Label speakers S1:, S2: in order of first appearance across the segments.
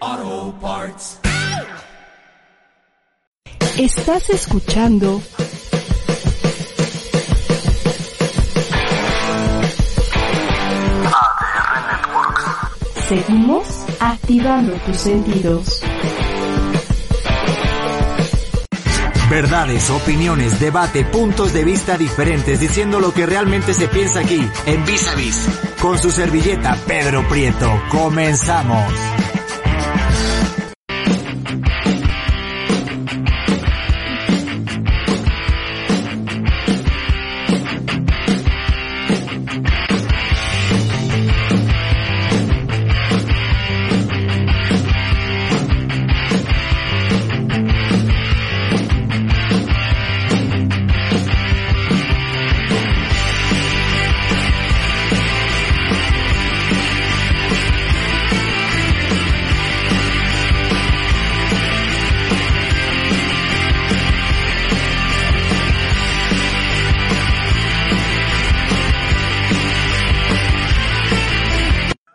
S1: Auto parts.
S2: Estás escuchando Seguimos activando tus sentidos.
S3: Verdades, opiniones, debate, puntos de vista diferentes, diciendo lo que realmente se piensa aquí, en Vis a Vis. Con su servilleta, Pedro Prieto. Comenzamos.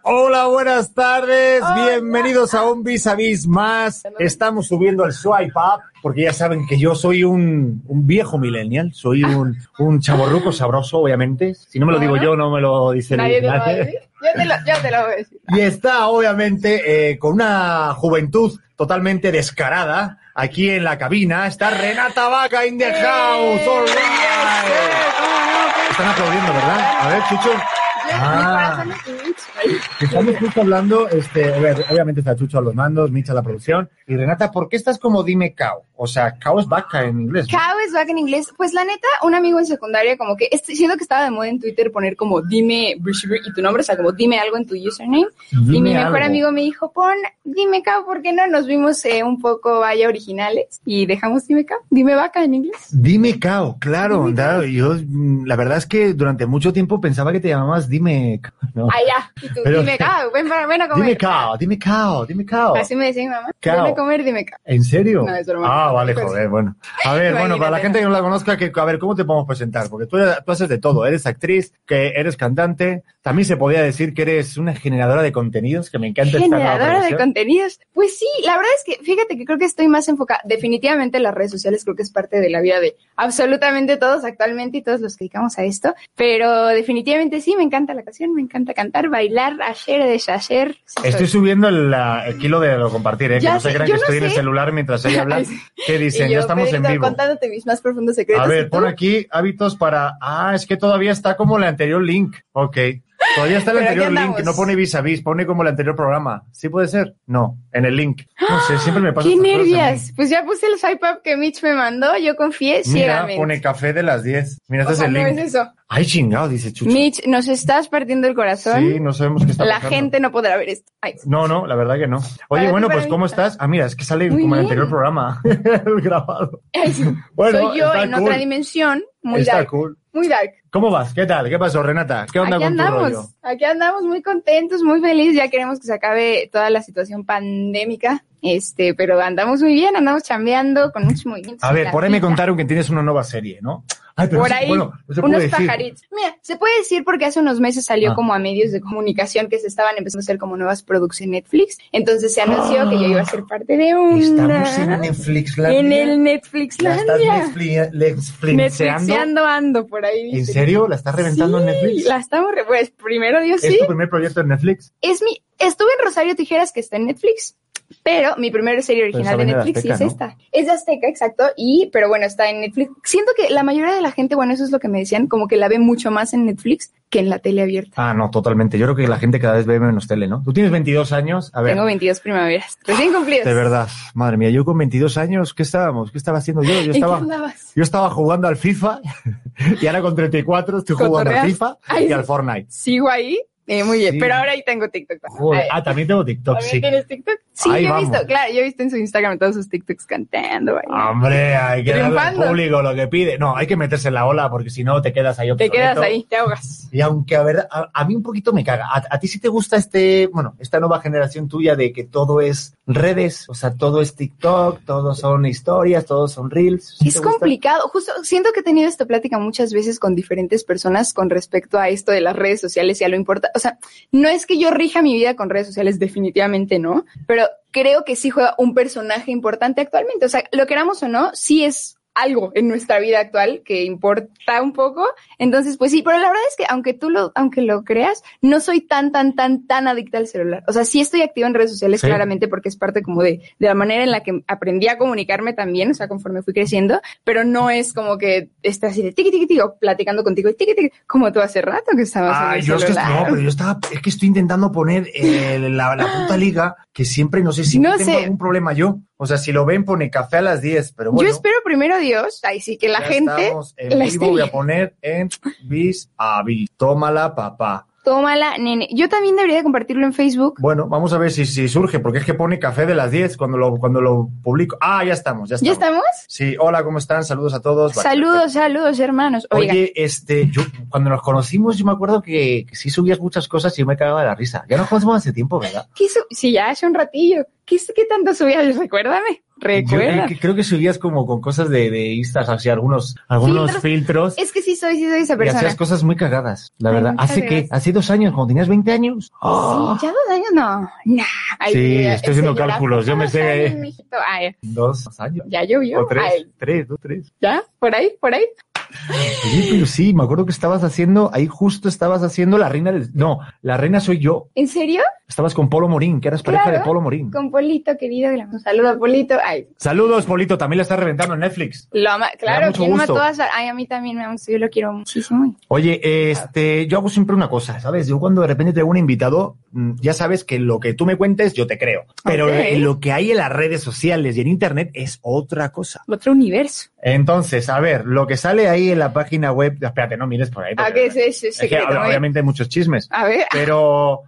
S4: Hola, buenas tardes. Bienvenidos a un vis a vis más. Estamos subiendo el swipe up porque ya saben que yo soy un, un viejo millennial. Soy un, un chaborruco sabroso, obviamente. Si no me lo digo yo, no me lo dice
S5: Nadie te lo va a
S4: nadie.
S5: decir. Yo te lo, yo te lo voy a decir.
S4: Y está, obviamente, eh, con una juventud totalmente descarada aquí en la cabina. Está Renata Vaca in the house. All right. Están aplaudiendo, ¿verdad? A ver, Chucho.
S5: Yo,
S4: Ah.
S5: mi corazón es un
S4: Estamos justo hablando, este, a ver, obviamente está Chucho a los mandos, Micha a la producción. Y Renata, ¿por qué estás como dime cow? O sea, cow es vaca en inglés. ¿no?
S5: Cow is back en inglés. Pues la neta, un amigo en secundaria, como que, este- siento que estaba de moda en Twitter poner como dime Bruce River y tu nombre, o sea, como dime algo en tu username. y mi
S4: Dime
S5: mejor
S4: algo.
S5: amigo me dijo, pon dime cow, ¿por qué no? Nos vimos eh, un poco vaya originales y dejamos dime cow, dime vaca en inglés.
S4: Dime cow, claro. da- yo, mm, la verdad es que durante mucho tiempo pensaba que te llamabas dime cow. ¿no?
S5: Allá, y tú,
S4: Pero-
S5: dime cow, ven, para- ven a comer.
S4: Dime cow, dime cow, dime cow.
S5: Así me decía mi mamá,
S4: Cow.
S5: ven a comer, dime cow.
S4: ¿En serio?
S5: No, es broma.
S4: ah, vale,
S5: Pues-
S4: joder, bueno. A ver, bueno, para la
S5: Imagínate.
S4: gente que no la conozca, que, a ver, ¿cómo te podemos presentar? Porque tú, tú haces de todo, eres actriz, que eres cantante, también se podía decir que eres una generadora de contenidos, que me encanta esta nueva
S5: generadora de
S4: profesión.
S5: contenidos. Pues sí, la verdad es que fíjate que creo que estoy más enfocada. Definitivamente las redes sociales creo que es parte de la vida de absolutamente todos actualmente y todos los que dedicamos a esto. Pero definitivamente sí, me encanta la canción, me encanta cantar, bailar, hacer, deshacer. Sí soy.
S4: Estoy subiendo el, la- el kilo de lo compartir, ¿eh? que
S5: Ya
S4: no se
S5: sé,
S4: crean
S5: yo
S4: que
S5: no
S4: estoy en el
S5: sé.
S4: celular mientras ella habla.
S5: Ay, sí.
S4: ¿Qué dicen?
S5: Y yo,
S4: ya
S5: pues,
S4: estamos en
S5: Pedrito,
S4: vivo.
S5: Contándote mis más profundos secretos.
S4: A
S5: ¿Y
S4: ver,
S5: tú?
S4: pon aquí hábitos para... Ah, es que todavía está como el anterior link. Ok. Todavía está el
S5: Pero aquí
S4: anterior link,
S5: andamos.
S4: no pone vis a vis, pone como el anterior programa. ¿Sí puede ser? No, en el link. No sé, siempre me pasa
S5: ¡Qué
S4: estas cosas a mí.
S5: nervias! Pues ya puse el swipe up que Mitch me mandó, yo confié
S4: Mira,
S5: ciegamente.
S4: pone café de las 10. Mira, este
S5: O sea,
S4: es el
S5: no
S4: link.
S5: es eso.
S4: Ay, chingado, dice Chucho.
S5: Mitch, nos estás partiendo el corazón.
S4: Sí, no sabemos qué está
S5: la
S4: pasando.
S5: gente no podrá ver esto. Ay,
S4: No, no, la verdad que no.
S5: Para
S4: Oye,
S5: ti,
S4: bueno,
S5: para
S4: pues
S5: mí.
S4: ¿cómo estás? Ah, mira, es que sale
S5: Muy
S4: como el
S5: bien.
S4: anterior programa el grabado.
S5: Ay, sí.
S4: Bueno,
S5: Soy yo
S4: está
S5: en
S4: cool.
S5: otra dimensión, muy
S4: está
S5: dark,
S4: cool.
S5: muy dark.
S4: ¿Cómo vas? ¿Qué tal? ¿Qué pasó, Renata? ¿Qué onda
S5: Aquí
S4: con tu
S5: andamos,
S4: rollo?
S5: aquí andamos muy contentos, muy felices, ya queremos que se acabe toda la situación pandémica, este, pero andamos muy bien, andamos chambeando con muchos movimientos.
S4: A
S5: en
S4: ver,
S5: la
S4: por ahí me
S5: vida.
S4: contaron que tienes una nueva serie, ¿no? Ay, pero
S5: Por
S4: sí,
S5: ahí,
S4: bueno, no se puede
S5: unos
S4: decir.
S5: pajaritos. Mira, se puede decir porque hace unos meses salió
S4: Ah.
S5: como a medios de comunicación que se estaban empezando a hacer como nuevas producciones Netflix. Entonces se anunció que yo iba a ser parte de una.
S4: Estamos en Netflix.
S5: en el
S4: La estás
S5: Netflixlandia.
S4: Netfli- Netflixeando.
S5: Netflixeando ando por ahí.
S4: ¿En
S5: ¿viste?
S4: serio? ¿La estás reventando en
S5: Sí,
S4: Netflix?
S5: La estamos, re- pues primero Dios
S4: ¿Es
S5: sí.
S4: tu primer proyecto en Netflix?
S5: Es mi, estuve en Rosario Tijeras que está en Netflix, pero mi primera serie original
S4: esa
S5: de
S4: viene de
S5: Netflix sí
S4: Azteca,
S5: es
S4: ¿no?
S5: esta. Es de Azteca, exacto, y, pero bueno, está en Netflix. Siento que la mayoría de la gente, bueno, eso es lo que me decían, como que la ve mucho más en Netflix que en la tele abierta.
S4: Ah, no, totalmente. Yo creo que la gente cada vez ve menos tele, ¿no? Tú tienes 22 años. A ver, Ah,
S5: Tengo 22 primaveras, recién cumplidas.
S4: de verdad. Madre mía, yo con 22 años, ¿qué estábamos? ¿Qué estaba haciendo yo? Yo
S5: ¿En qué
S4: estaba...
S5: andabas?
S4: Yo estaba jugando al FIFA y ahora con 34 estoy jugando al
S5: ¿Cotorreas?
S4: FIFA
S5: Ay,
S4: y al
S5: sí.
S4: Fortnite.
S5: ¿Sigo ahí? Eh, muy bien,
S4: Sí.
S5: pero ahora ahí tengo TikTok.
S4: Joder,
S5: Ay,
S4: Ah, también tengo TikTok,
S5: ¿también
S4: sí.
S5: tienes TikTok? Sí,
S4: Ahí
S5: yo he visto,
S4: vamos. Ah,
S5: claro, yo he visto en su Instagram todos sus TikToks cantando. bailando.
S4: Hombre, hay que darle al
S5: Triunfando.
S4: público lo que pide. No, hay que meterse en la ola porque si no te quedas ahí.
S5: Te
S4: obsoleto.
S5: quedas ahí, te ahogas.
S4: Y aunque a, ver, a, a mí un poquito me caga. A, a ti sí te gusta este, bueno, esta nueva generación tuya de que todo es redes, o sea, todo es TikTok, todo son historias, todo son reels. ¿Sí
S5: Es
S4: te gusta?
S5: complicado, justo siento que he tenido esta plática muchas veces con diferentes personas con respecto a esto de las redes sociales y a lo importante, o sea, no es que yo rija mi vida con redes sociales, definitivamente no, pero creo que sí juega un personaje importante actualmente, o sea, lo queramos o no, sí es algo en nuestra vida actual que importa un poco, entonces pues sí, pero la verdad es que aunque tú lo, aunque lo creas, no soy tan, tan, tan, tan adicta al celular, o sea, sí estoy activa en redes sociales
S4: Sí.
S5: claramente porque es parte como de, de la manera en la que aprendí a comunicarme también, o sea, conforme fui creciendo, pero no es como que esté así de tiqui, tiqui, tiqui, o platicando contigo y tiqui, tiqui, como tú hace rato que estabas
S4: Ah,
S5: en el
S4: yo es que,
S5: celular.
S4: no, pero yo estaba, es que estoy intentando poner eh, la, la puta liga, que siempre no sé si
S5: No
S4: tengo
S5: sé.
S4: algún problema yo. O sea, si lo ven, pone café a las 10, pero bueno.
S5: Yo espero primero Dios, ahí sí, que la
S4: ya
S5: gente
S4: estamos en
S5: la
S4: vivo,
S5: esté
S4: voy a
S5: viendo.
S4: poner en bis a bis. Tómala, papá.
S5: tómala, nene. Yo también debería de compartirlo en Facebook.
S4: Bueno, vamos a ver si, si surge, porque es que pone café de las 10 cuando lo, cuando lo publico. Ah, ya estamos, ya estamos.
S5: ¿Ya estamos?
S4: Sí, hola, ¿cómo están? Saludos a todos. Vale,
S5: Saludos, saludos, hermanos.
S4: perfecto.
S5: Oigan,
S4: Oye, este, yo, cuando nos conocimos, yo me acuerdo que, que sí subías muchas cosas y yo me cagaba de la risa. Ya nos conocemos hace tiempo, ¿verdad?
S5: ¿qué su- sí, ya hace un ratillo. ¿Qué, qué tanto subías? Recuérdame,
S4: Yo, eh,
S5: recuerda.
S4: que- creo que subías como con cosas de, de Insta, o sea, algunos, algunos filtros.
S5: Es que sí soy, sí soy esa
S4: Y hacías
S5: persona.
S4: cosas muy cagadas, la
S5: Ay,
S4: verdad.
S5: muchas
S4: ¿Hace qué?
S5: gracias.
S4: ¿Hace dos años? ¿Cuando tenías 20 años? Oh,
S5: Sí, ya dos años no. Nah, ay, eh,
S4: Sí,
S5: mira,
S4: estoy haciendo
S5: ese llorar,
S4: cálculos, yo me
S5: dos
S4: sé.
S5: años, mijito. Ay,
S4: Dos años.
S5: ya llovió.
S4: O tres,
S5: Ay,
S4: tres, dos, tres.
S5: ya, por ahí, por ahí.
S4: Oye, pero sí, me acuerdo que estabas haciendo, ahí justo estabas haciendo la reina del... No, la reina soy yo.
S5: ¿En serio?
S4: Estabas con Polo Morín, que eras pareja
S5: Claro.
S4: de Polo Morín.
S5: Con Polito, querido. le mando Un saludo a Polito. Ay,
S4: Saludos, Polito, también la estás reventando en Netflix.
S5: lo ama. Claro,
S4: mucho
S5: ¿quién
S4: gusto.
S5: mató a Sara? Ay, a mí también me ama. Yo lo quiero muchísimo.
S4: Oye, este, yo hago siempre una cosa, ¿sabes? Yo cuando de repente tengo un invitado, mm, ya sabes que lo que tú me cuentes, yo te creo. Pero
S5: Ok.
S4: eh, lo que hay en las redes sociales y en internet es otra cosa.
S5: Otro universo.
S4: Entonces, a ver, lo que sale ahí en la página web, espérate, no mires por ahí.
S5: Ah,
S4: porque-
S5: que ese es, es
S4: es que,
S5: secreto.
S4: ob-
S5: ¿eh?
S4: obviamente hay muchos chismes.
S5: A ver.
S4: Pero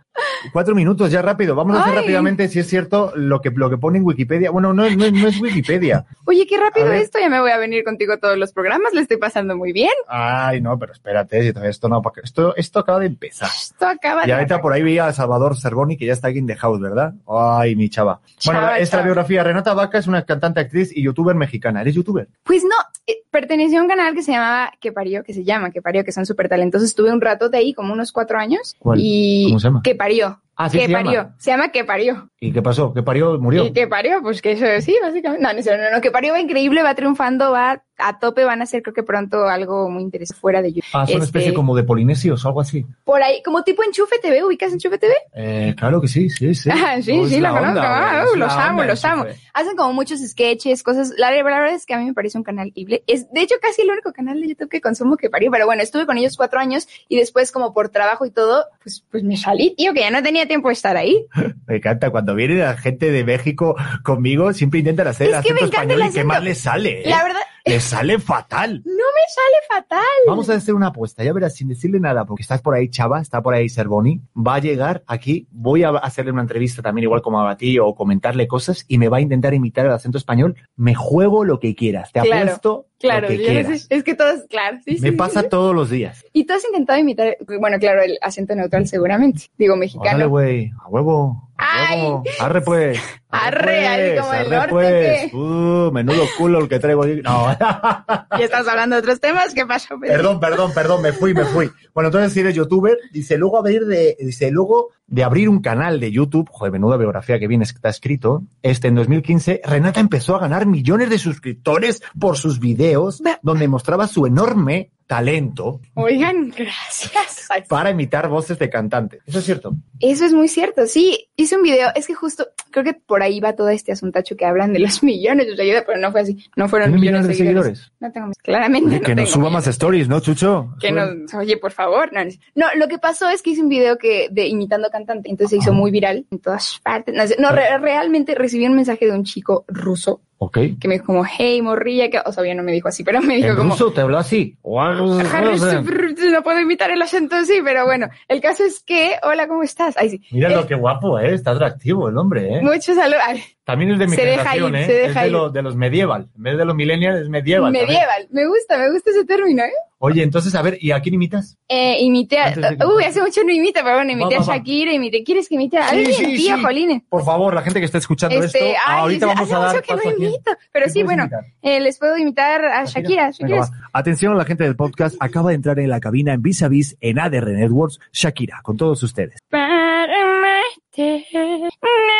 S4: cuatro minutos ya rápido. Vamos a hacer
S5: Ay.
S4: rápidamente, si es cierto, lo que, lo que pone en Wikipedia. Bueno, no, es- no es- no es Wikipedia.
S5: Oye, qué
S4: A
S5: rápido
S4: ver.
S5: esto. Ya me voy a venir contigo a todos los programas. Le estoy pasando muy bien.
S4: Ay, no, pero espérate, si todavía esto no, porque esto, esto acaba de empezar.
S5: Esto acaba
S4: Y
S5: de...
S4: ahorita por ahí veía a Salvador Cervoni, que ya está aquí en The House, ¿verdad? Ay, mi chava. Bueno,
S5: Chava,
S4: esta
S5: chava.
S4: biografía. Renata Vaca es una cantante, actriz y youtuber mexicana. ¿Eres youtuber?
S5: Pues no, eh, perteneció a un canal que se llamaba Que Parió, que se llama Que Parió, que son súper talentosos. Estuve un rato de ahí, como unos cuatro años.
S4: ¿Cuál?
S5: Y
S4: ¿Cómo se llama?
S5: Que Parió.
S4: Ah, sí,
S5: que
S4: se llama.
S5: parió. Se llama Que Parió.
S4: ¿Y qué pasó? ¿Qué parió? ¿Murió?
S5: Y que parió, pues que eso sí, básicamente. No, no, es cierto, no, no, que parió va increíble, va triunfando, va a tope, van a hacer creo que pronto algo muy interesante fuera de YouTube.
S4: Ah, son una
S5: Este-
S4: especie como de polinesios o algo así.
S5: Por ahí, como tipo Enchufe TV, ¿ubicas Enchufe TV?
S4: Eh, claro que sí, sí, sí.
S5: Ah, sí,
S4: No, es
S5: sí,
S4: la
S5: la conozco.
S4: onda,
S5: ah,
S4: güey, es
S5: los
S4: la
S5: amo,
S4: onda,
S5: los
S4: eso
S5: amo.
S4: fue.
S5: Hacen como muchos sketches, cosas. La la verdad es que a mí me parece un canal increíble. Es, de hecho, casi el único canal de YouTube que consumo que parió. Pero bueno, estuve con ellos cuatro años y después, como por trabajo y todo, pues, pues me salí, tío, que ya no tenía tiempo de estar ahí.
S4: Me encanta, cuando viene la gente de México conmigo, siempre intentan hacer el
S5: Es que me
S4: acento
S5: encanta el
S4: español y qué
S5: acento.
S4: más les sale. ¿eh?
S5: La verdad,
S4: Les sale fatal.
S5: no me sale fatal.
S4: Vamos a hacer una apuesta, ya verás, sin decirle nada, porque estás por ahí, Chava, está por ahí Cervoni, va a llegar aquí, voy a hacerle una entrevista también igual como a ti o comentarle cosas y me va a intentar imitar el acento español. Me juego lo que quieras, te
S5: Claro,
S4: apuesto
S5: Claro,
S4: lo que
S5: yo no
S4: quieras.
S5: sé, es que todos, claro, sí, sí,
S4: Me
S5: sí,
S4: pasa
S5: sí.
S4: todos los días.
S5: Y tú has intentado imitar, bueno, claro, el acento neutral seguramente, digo
S4: Órale,
S5: mexicano.
S4: güey, a huevo. A
S5: Ay.
S4: huevo. Arre pues.
S5: Arre, así como el norte,
S4: pues.
S5: ¿qué?
S4: Uh, menudo culo el que traigo ahí. No.
S5: Y estás hablando de otros temas, ¿qué pasó? Pues, Pedro?
S4: perdón, perdón, perdón, me fui, me fui. Bueno, entonces si eres youtuber, dice luego abrir de, dice luego de abrir un canal de YouTube, joder, menuda biografía que bien está escrito. Este en 2015, Renata empezó a ganar millones de suscriptores por sus videos, donde mostraba su enorme talento
S5: Oigan, gracias. Ay,
S4: para imitar voces de cantante. Eso es cierto.
S5: Eso es muy cierto, sí, hice un video, es que justo, creo que por ahí va todo este asuntacho que hablan de los millones de seguidores, pero no fue así, no fueron
S4: Tiene
S5: millones,
S4: millones de seguidores.
S5: No tengo, claramente
S4: Oye,
S5: no
S4: que nos
S5: tengo
S4: suba
S5: millones.
S4: más stories, ¿no, Chucho?
S5: que nos, oye, por favor, no, no es- no, lo que pasó es que hice un video que de imitando
S4: Ah.
S5: cantante, entonces se hizo muy viral en todas partes. No, es- no, re- realmente recibí un mensaje de un chico ruso
S6: Ok.
S5: que me dijo como, hey, morrilla, que, o sea, bien no me dijo así, pero me dijo
S6: En
S5: como,
S6: ruso te habló así.
S4: Ah,
S5: "Harry, super- no puedo imitar el acento en sí, pero bueno, el caso es que, hola, ¿cómo estás? Ay, sí.
S6: Mira
S5: Eh,
S6: lo que guapo, ¿eh? Está atractivo el hombre, ¿eh?
S5: Muchos saludos. Ay,
S6: También es de mi
S5: Se deja
S6: generación,
S5: ir,
S6: ¿eh?
S5: se deja
S6: es de,
S5: ir.
S6: lo- de los medieval. En vez de los millennials, es medieval. también.
S5: Medieval. Me gusta, me gusta ese término, ¿eh?
S6: Oye, entonces, a ver, ¿y a quién imitas?
S5: Eh, imité a,
S6: Antes de que-
S5: uy, hace mucho no imita, pero bueno, imité
S6: Va,
S5: a
S6: va, va.
S5: Shakira, imité, ¿quieres que imite a
S6: Sí,
S5: alguien?
S6: sí,
S5: Tío,
S6: sí.
S5: Jolines.
S6: Por favor, la gente que está escuchando
S5: Este,
S6: esto,
S5: ay,
S6: ahorita
S5: dice,
S6: vamos
S5: hace
S6: a dar
S5: mucho que
S6: paso
S5: no
S6: a quién.
S5: imito,
S6: ¿Quién
S5: pero sí,
S6: puedes
S5: bueno,
S6: imitar?
S5: eh, les puedo imitar a Shakira,
S6: Venga,
S5: Shakira. es-
S4: Venga, va. Atención a la gente del podcast. Acaba de entrar en la cabina en Vis a Vis en ADR Networks, Shakira, con todos ustedes.
S5: Para amarte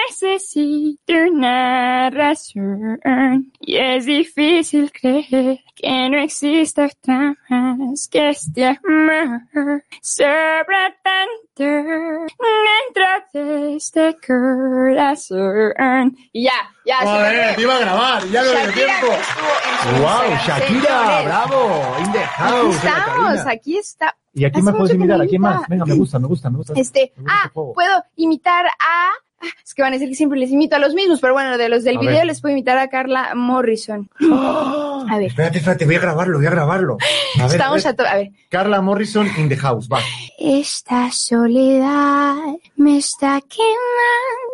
S5: necesito una razón y es difícil creer que no exista otra más que este amor. Sobra tanto dentro de este corazón. Y ya, ya,
S6: Joder, te iba a grabar, ya lo dio tiempo. ¡Wow, Shakira! ¡Bravo! ¡In the
S5: Aquí
S6: house! en la
S5: estamos,
S6: cabina.
S5: aquí está.
S6: ¿Y a quién
S5: hace
S6: más puedes
S5: mucho que
S6: imitar?
S5: no
S6: ¿A quién
S5: imita.
S6: más? Venga, me gusta, me gusta, me gusta.
S5: Este,
S6: Me gusta
S5: ah,
S6: este juego.
S5: puedo imitar a. ah, Es que van a decir que siempre les imito a los mismos, pero bueno, de los del
S6: A
S5: video
S6: ver.
S5: les puedo imitar a Carla Morrison. A ver,
S4: Espérate, espérate, voy a grabarlo, voy a grabarlo. A ver,
S5: estamos
S4: a
S5: a
S4: ver.
S5: to- A ver.
S4: Carla Morrison in the house, va.
S5: Esta soledad me está quemando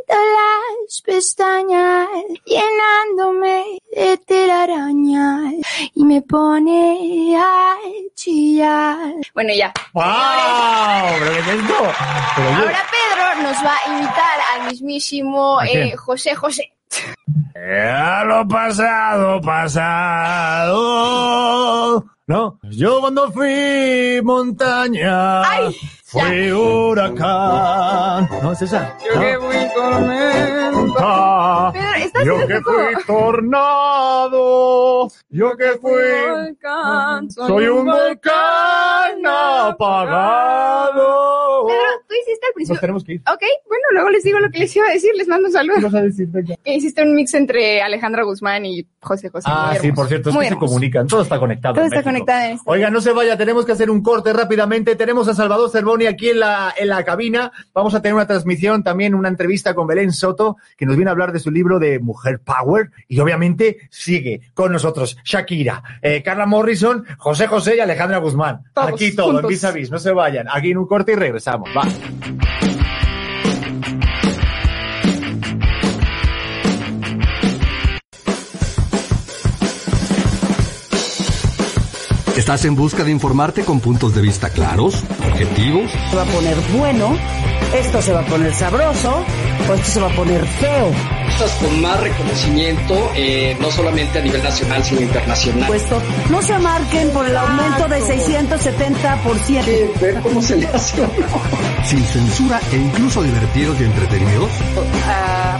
S5: las pestañas, llenándome de telarañas y me pone a chillar. Bueno, ya.
S6: ¡Wow! ¿Pero qué es esto? Pero yo-
S5: Ahora Pedro nos va a imitar al mismísimo
S6: ¿A quién?
S5: eh, José José.
S4: Ya lo pasado, pasado. No, yo cuando fui montaña,
S5: Ay,
S4: fui huracán. No, es esa.
S5: Yo que fui tormento.
S4: Ah,
S5: Pedro, estás
S4: yo
S5: haciendo
S4: que
S5: como-
S4: fui tornado, yo que fui,
S5: Volcán,
S4: soy un volcán apagado.
S5: Pedro, tú hiciste al
S6: Nos
S5: principio.
S6: tenemos que ir.
S5: Ok, bueno, luego les digo lo que les iba a decir, les mando un
S6: ¿Qué
S5: saludo.
S6: vas a decir?
S7: pues,
S6: Venga.
S5: Que hiciste un mix entre Alejandra Guzmán y José José.
S6: Ah,
S5: muy
S6: sí,
S5: hermoso,
S6: por cierto, es
S5: muy
S6: que se
S5: hermoso.
S6: comunican. Todo está conectado.
S5: Todo
S6: en
S5: está
S6: México.
S5: conectado en esto.
S4: Oiga, no se vaya, tenemos que hacer un corte rápidamente. Tenemos a Salvador Cervoni aquí en la, en la cabina. Vamos a tener una transmisión, también una entrevista con Belén Soto, que nos viene a hablar de su libro de Mujer Power. Y obviamente sigue con nosotros Shakira, eh, Carla Morrison, José José y Alejandra Guzmán.
S5: Todos
S4: aquí todo, en
S5: juntos.
S4: vis a vis. No se vayan. Aquí en un corte y regresamos. Va.
S8: ¿Estás en busca de informarte con puntos de vista claros, objetivos?
S7: se va a poner bueno, esto se va a poner sabroso, o esto se va a poner feo,
S9: con más reconocimiento, eh, no solamente a nivel nacional, sino internacional.
S7: puesto no se amarquen por el aumento de 670%.
S9: Hay que ver cómo se le hace o no.
S8: ¿Sin censura e incluso divertidos y entretenidos?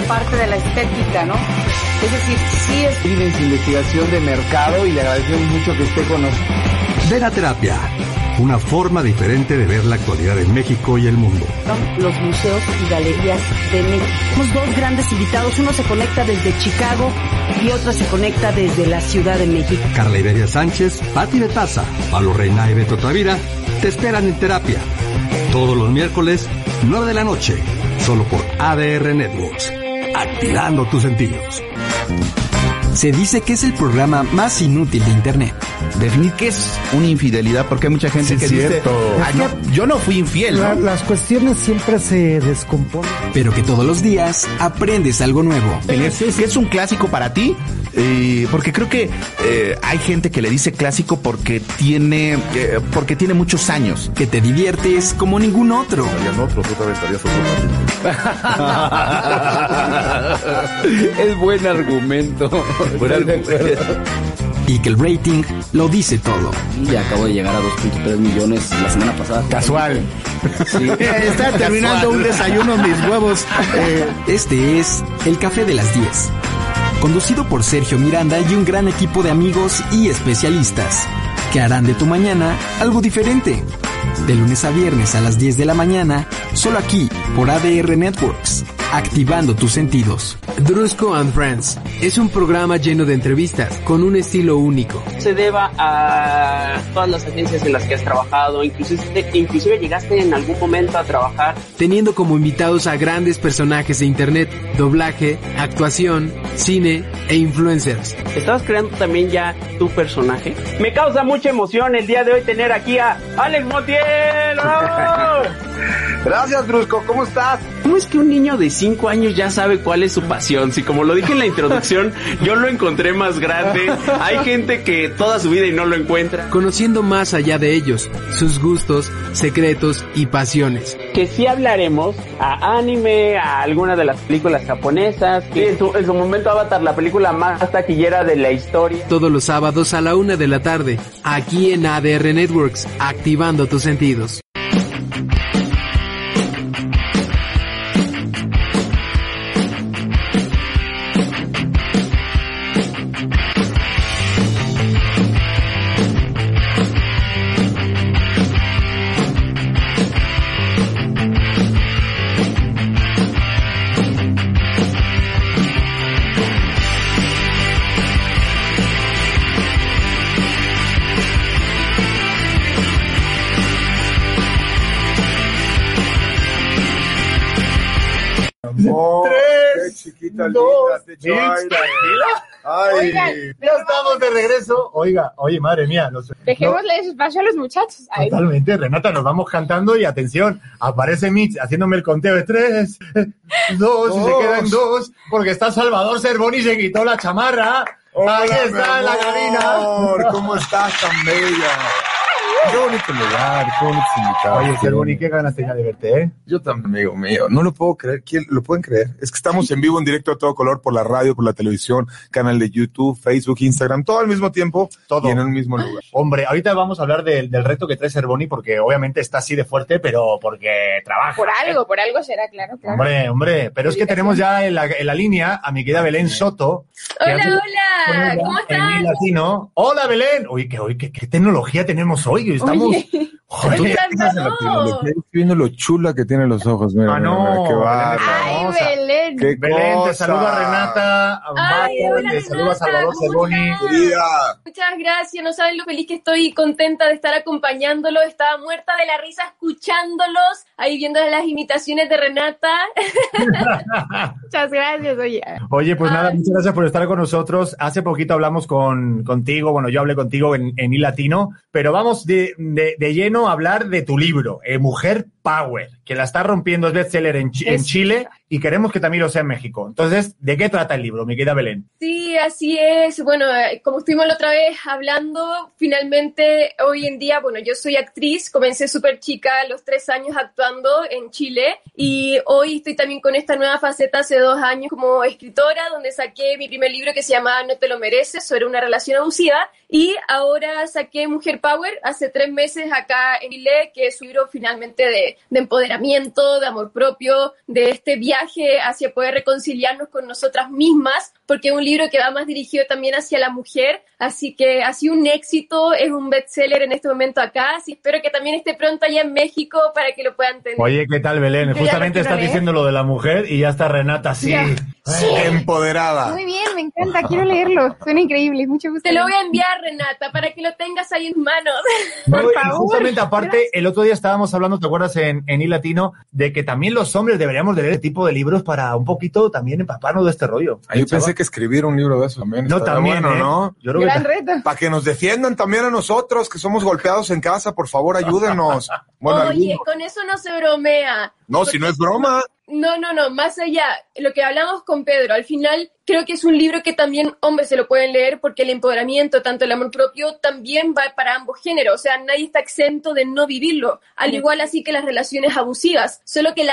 S7: Aparte de la estética, ¿no? Es decir, sí es
S8: De la terapia, una forma diferente de ver la actualidad en México y el mundo.
S7: los museos y galerías de México. Somos dos grandes invitados, uno se conecta desde Chicago y otro se conecta desde la Ciudad de México.
S8: Carla Iberia Sánchez, Patti Betaza, Pablo Reina y Beto Tavira te esperan en terapia. Todos los miércoles, 9 de la noche, solo por ADR Networks. Activando tus sentidos.
S10: Se dice que es el programa más inútil de Internet. Definir qué es una infidelidad, porque hay mucha gente que dice, "Ah, no, yo no fui infiel, ¿no?".
S3: Las cuestiones siempre se descomponen.
S10: pero que todos los días aprendes algo nuevo.
S11: que es un clásico para ti? Eh, porque creo que eh, hay gente que le dice clásico porque tiene eh, porque tiene muchos años.
S10: Que te diviertes como ningún otro.
S11: es buen argumento.
S10: Y que el rating lo dice todo.
S9: Y acabo de llegar a 2.3 millones la semana pasada.
S11: Casual. Eh, Está terminando un desayuno mis huevos.
S10: Este es El Café de las 10. Conducido por Sergio Miranda y un gran equipo de amigos y especialistas que harán de tu mañana algo diferente. De lunes a viernes a las 10 de la mañana, solo aquí por ADR Networks.
S12: activando tus sentidos.
S10: Drusco and Friends es un programa lleno de entrevistas con un estilo único.
S13: Se deba a todas las agencias en las que has trabajado, inclusive, inclusive llegaste en algún momento a trabajar.
S10: Teniendo como invitados a grandes personajes de internet, doblaje, actuación, cine e influencers.
S13: ¿Estabas creando también ya tu personaje?
S14: Me causa mucha emoción el día de hoy tener aquí a Alex Montiel.
S11: Gracias, Drusco. ¿Cómo estás?
S13: ¿Cómo es que un niño de 5 años ya sabe cuál es su pasión? Si como lo dije en la introducción, yo lo encontré más grande. Hay gente que toda su vida y no lo encuentra.
S10: Conociendo más allá de ellos, sus gustos, secretos y pasiones.
S13: Que sí hablaremos a anime, a alguna de las películas japonesas.
S14: Que... Sí, en, su, en su momento Avatar, la película más taquillera de la historia.
S10: Todos los sábados a la una de la tarde, aquí en ADR Networks, activando tus sentidos.
S4: Ay, ya estamos de regreso. Oiga, oye, madre mía. Los,
S15: Dejémosle no, espacio a los muchachos. Ay.
S4: Totalmente, Renata, nos vamos cantando y atención, aparece Mitch haciéndome el conteo de tres, dos, dos. y se quedan dos, porque está Salvador Cervoni y se quitó la chamarra. Hola, Ahí está en la cabina.
S11: ¿Cómo estás tan bella? Qué bonito lugar, qué bonitos invitados.
S4: Oye, Cervoni, qué ganas tenía de verte, ¿eh?
S11: Yo también, amigo mío. No lo puedo creer. ¿Quién lo pueden creer? Es que estamos en vivo, en directo a todo color, por la radio, por la televisión, canal de YouTube, Facebook, Instagram, todo al mismo tiempo
S4: todo.
S11: y en el mismo lugar.
S4: Hombre, ahorita vamos a hablar del, del reto que trae Cervoni, porque obviamente está así de fuerte, pero porque trabaja.
S15: Por algo, ¿eh? por algo será, claro, claro.
S4: Hombre, hombre, pero es que tenemos ya en la, en la línea a mi querida Belén Soto.
S5: Hola, hace, hola, hola, ¿cómo estás?
S4: Latino. Hola, Belén. Uy, qué, uy, qué, qué tecnología tenemos hoy estamos.
S11: Joder, ¿Qué Estoy viendo lo chula que tienen los ojos. Mira,
S4: ah, no.
S11: mira, qué barba.
S5: Ay, Belén.
S4: Qué Belén, cosa. te saluda Renata.
S5: Ay,
S4: Marco,
S5: hola,
S4: te
S5: Renata,
S4: saluda Salvador Cervoni.
S5: Muchas gracias. No saben lo feliz que estoy y contenta de estar acompañándolo. Estaba muerta de la risa escuchándolos, ahí viendo las imitaciones de Renata.
S15: muchas gracias, oye.
S4: Oye, pues Ay. nada, muchas gracias por estar con nosotros. Hace poquito hablamos con, contigo, bueno, yo hablé contigo en, en iLatino, pero vamos de, de, de lleno a hablar de tu libro, eh, Mujer Power, que la está rompiendo, es bestseller en, Ch en Chile y queremos que también lo sea en México. Entonces, ¿de qué trata el libro, mi querida Belén?
S5: Sí, así es. Bueno, eh, como estuvimos la otra vez hablando, finalmente hoy en día, bueno, yo soy actriz, comencé súper chica a los tres años actuando en Chile y hoy estoy también con esta nueva faceta hace dos años como escritora, donde saqué mi primer libro que se llama No te lo mereces, sobre una relación abusiva y ahora saqué Mujer Power hace tres meses acá en Chile, que es un libro finalmente de, de empoderamiento, de amor propio, de este viaje hacia poder reconciliarnos con nosotras mismas, porque es un libro que va más dirigido también hacia la mujer, así que ha sido un éxito, es un bestseller en este momento acá, así espero que también esté pronto allá en México para que lo puedan tener.
S4: Oye, ¿qué tal Belén? Yo Pues Justamente estás leer. diciendo lo de la mujer y ya está Renata así,
S11: sí. empoderada.
S15: Muy bien, me encanta, quiero leerlo, suena increíble, mucho gusto.
S5: Te lo voy a enviar, Renata, para que lo tengas ahí en manos.
S4: Por Oye, favor. Justamente aparte, Gracias. el otro día estábamos hablando, ¿te acuerdas en, en I Latino? De que también los hombres deberíamos de leer este tipo de libros para un poquito también empaparnos de este rollo.
S11: Ah, yo pensé que escribir un libro de eso también.
S4: No, también.
S11: Bueno,
S4: eh.
S11: ¿no?
S4: Yo creo
S15: Gran
S4: que
S15: reto.
S11: Para que nos defiendan también a nosotros, que somos golpeados en casa, por favor, ayúdenos. Bueno,
S5: Oye, algunos. con eso no se bromea.
S11: No, si no es broma.
S5: No, no, no, más allá, lo que hablamos con Pedro, al final creo que es un libro que también hombres se lo pueden leer porque el empoderamiento, tanto el amor propio, también va para ambos géneros, o sea, nadie está exento de no vivirlo, al igual así que las relaciones abusivas, solo que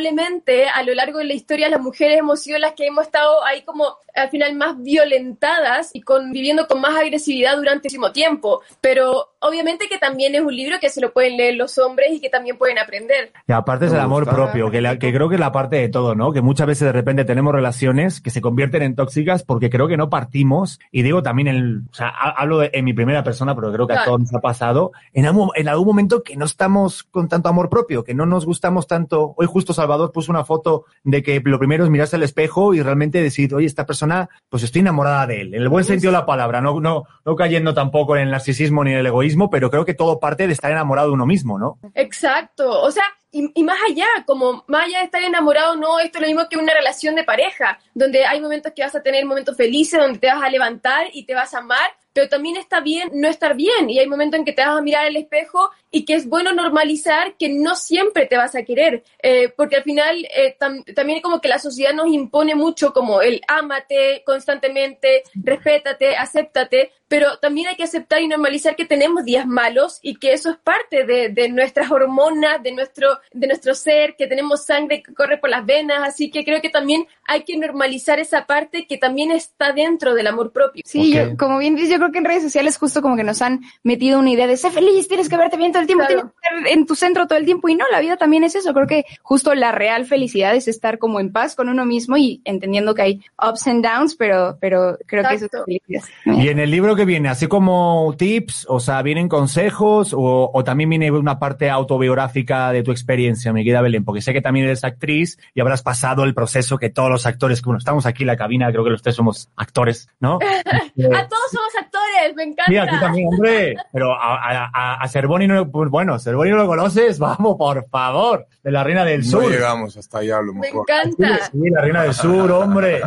S5: lamentablemente a lo largo de la historia las mujeres hemos sido las que hemos estado ahí como al final más violentadas y conviviendo con más agresividad durante el último tiempo, pero obviamente que también es un libro que se lo pueden leer los hombres y que también pueden aprender.
S4: Y aparte es el amor
S10: amor propio, que, la, que creo que es la parte de todo, ¿no? Que muchas veces de repente tenemos relaciones que se convierten en tóxicas porque creo que no partimos, y digo también, el, o sea, ha- hablo de- en mi primera persona, pero creo que a
S16: Claro.
S10: todos nos ha pasado, en algún, en algún momento que no estamos con tanto amor propio, que no nos gustamos tanto. Hoy justo Salvador puso una foto de que lo primero es mirarse al espejo y realmente decir, oye, esta persona, pues estoy enamorada de él, en el buen sentido de la palabra, no, no, no cayendo tampoco en el narcisismo ni en el egoísmo, pero creo que todo parte de estar enamorado de uno mismo, ¿no?
S5: Exacto, o sea, y, y más allá, como más allá de estar enamorado, no, esto es lo mismo que una relación de pareja, donde hay momentos que vas a tener momentos felices, donde te vas a levantar y te vas a amar, pero también está bien no estar bien, y hay momentos en que te vas a mirar al espejo y que es bueno normalizar que no siempre te vas a querer, eh, porque al final eh, tam- también como que la sociedad nos impone mucho como el ámate constantemente, respétate, acéptate, pero también hay que aceptar y normalizar que tenemos días malos y que eso es parte de, de nuestras hormonas, de nuestro, de nuestro ser, que tenemos sangre que corre por las venas, así que creo que también hay que normalizar esa parte que también está dentro del amor propio.
S13: Sí, yo, como bien dices, yo creo que en redes sociales justo como que nos han metido una idea de ser feliz, tienes que verte bien todo el tiempo, tienes que estar en tu centro todo el tiempo. Y no, la vida también es eso. Creo que justo la real felicidad es estar como en paz con uno mismo y entendiendo que hay ups and downs, pero, pero creo que eso es felicidad.
S10: Y en el libro que viene, así como tips, o sea, vienen consejos o, o también viene una parte autobiográfica de tu experiencia, mi querida Belén, porque sé que también eres actriz y habrás pasado el proceso que todos los actores, que bueno, estamos aquí en la cabina, creo que los tres somos actores, ¿no?
S5: a todos somos actores, me encanta.
S10: Sí, aquí también, hombre. Pero a, a, a- a Cervoni no, pues bueno, Cervoni no lo conoces, vamos, por favor, de la Reina del
S4: No
S10: Sur.
S4: llegamos hasta allá, a lo
S5: Me
S4: mejor.
S5: encanta.
S10: Sí, la Reina del Sur, hombre.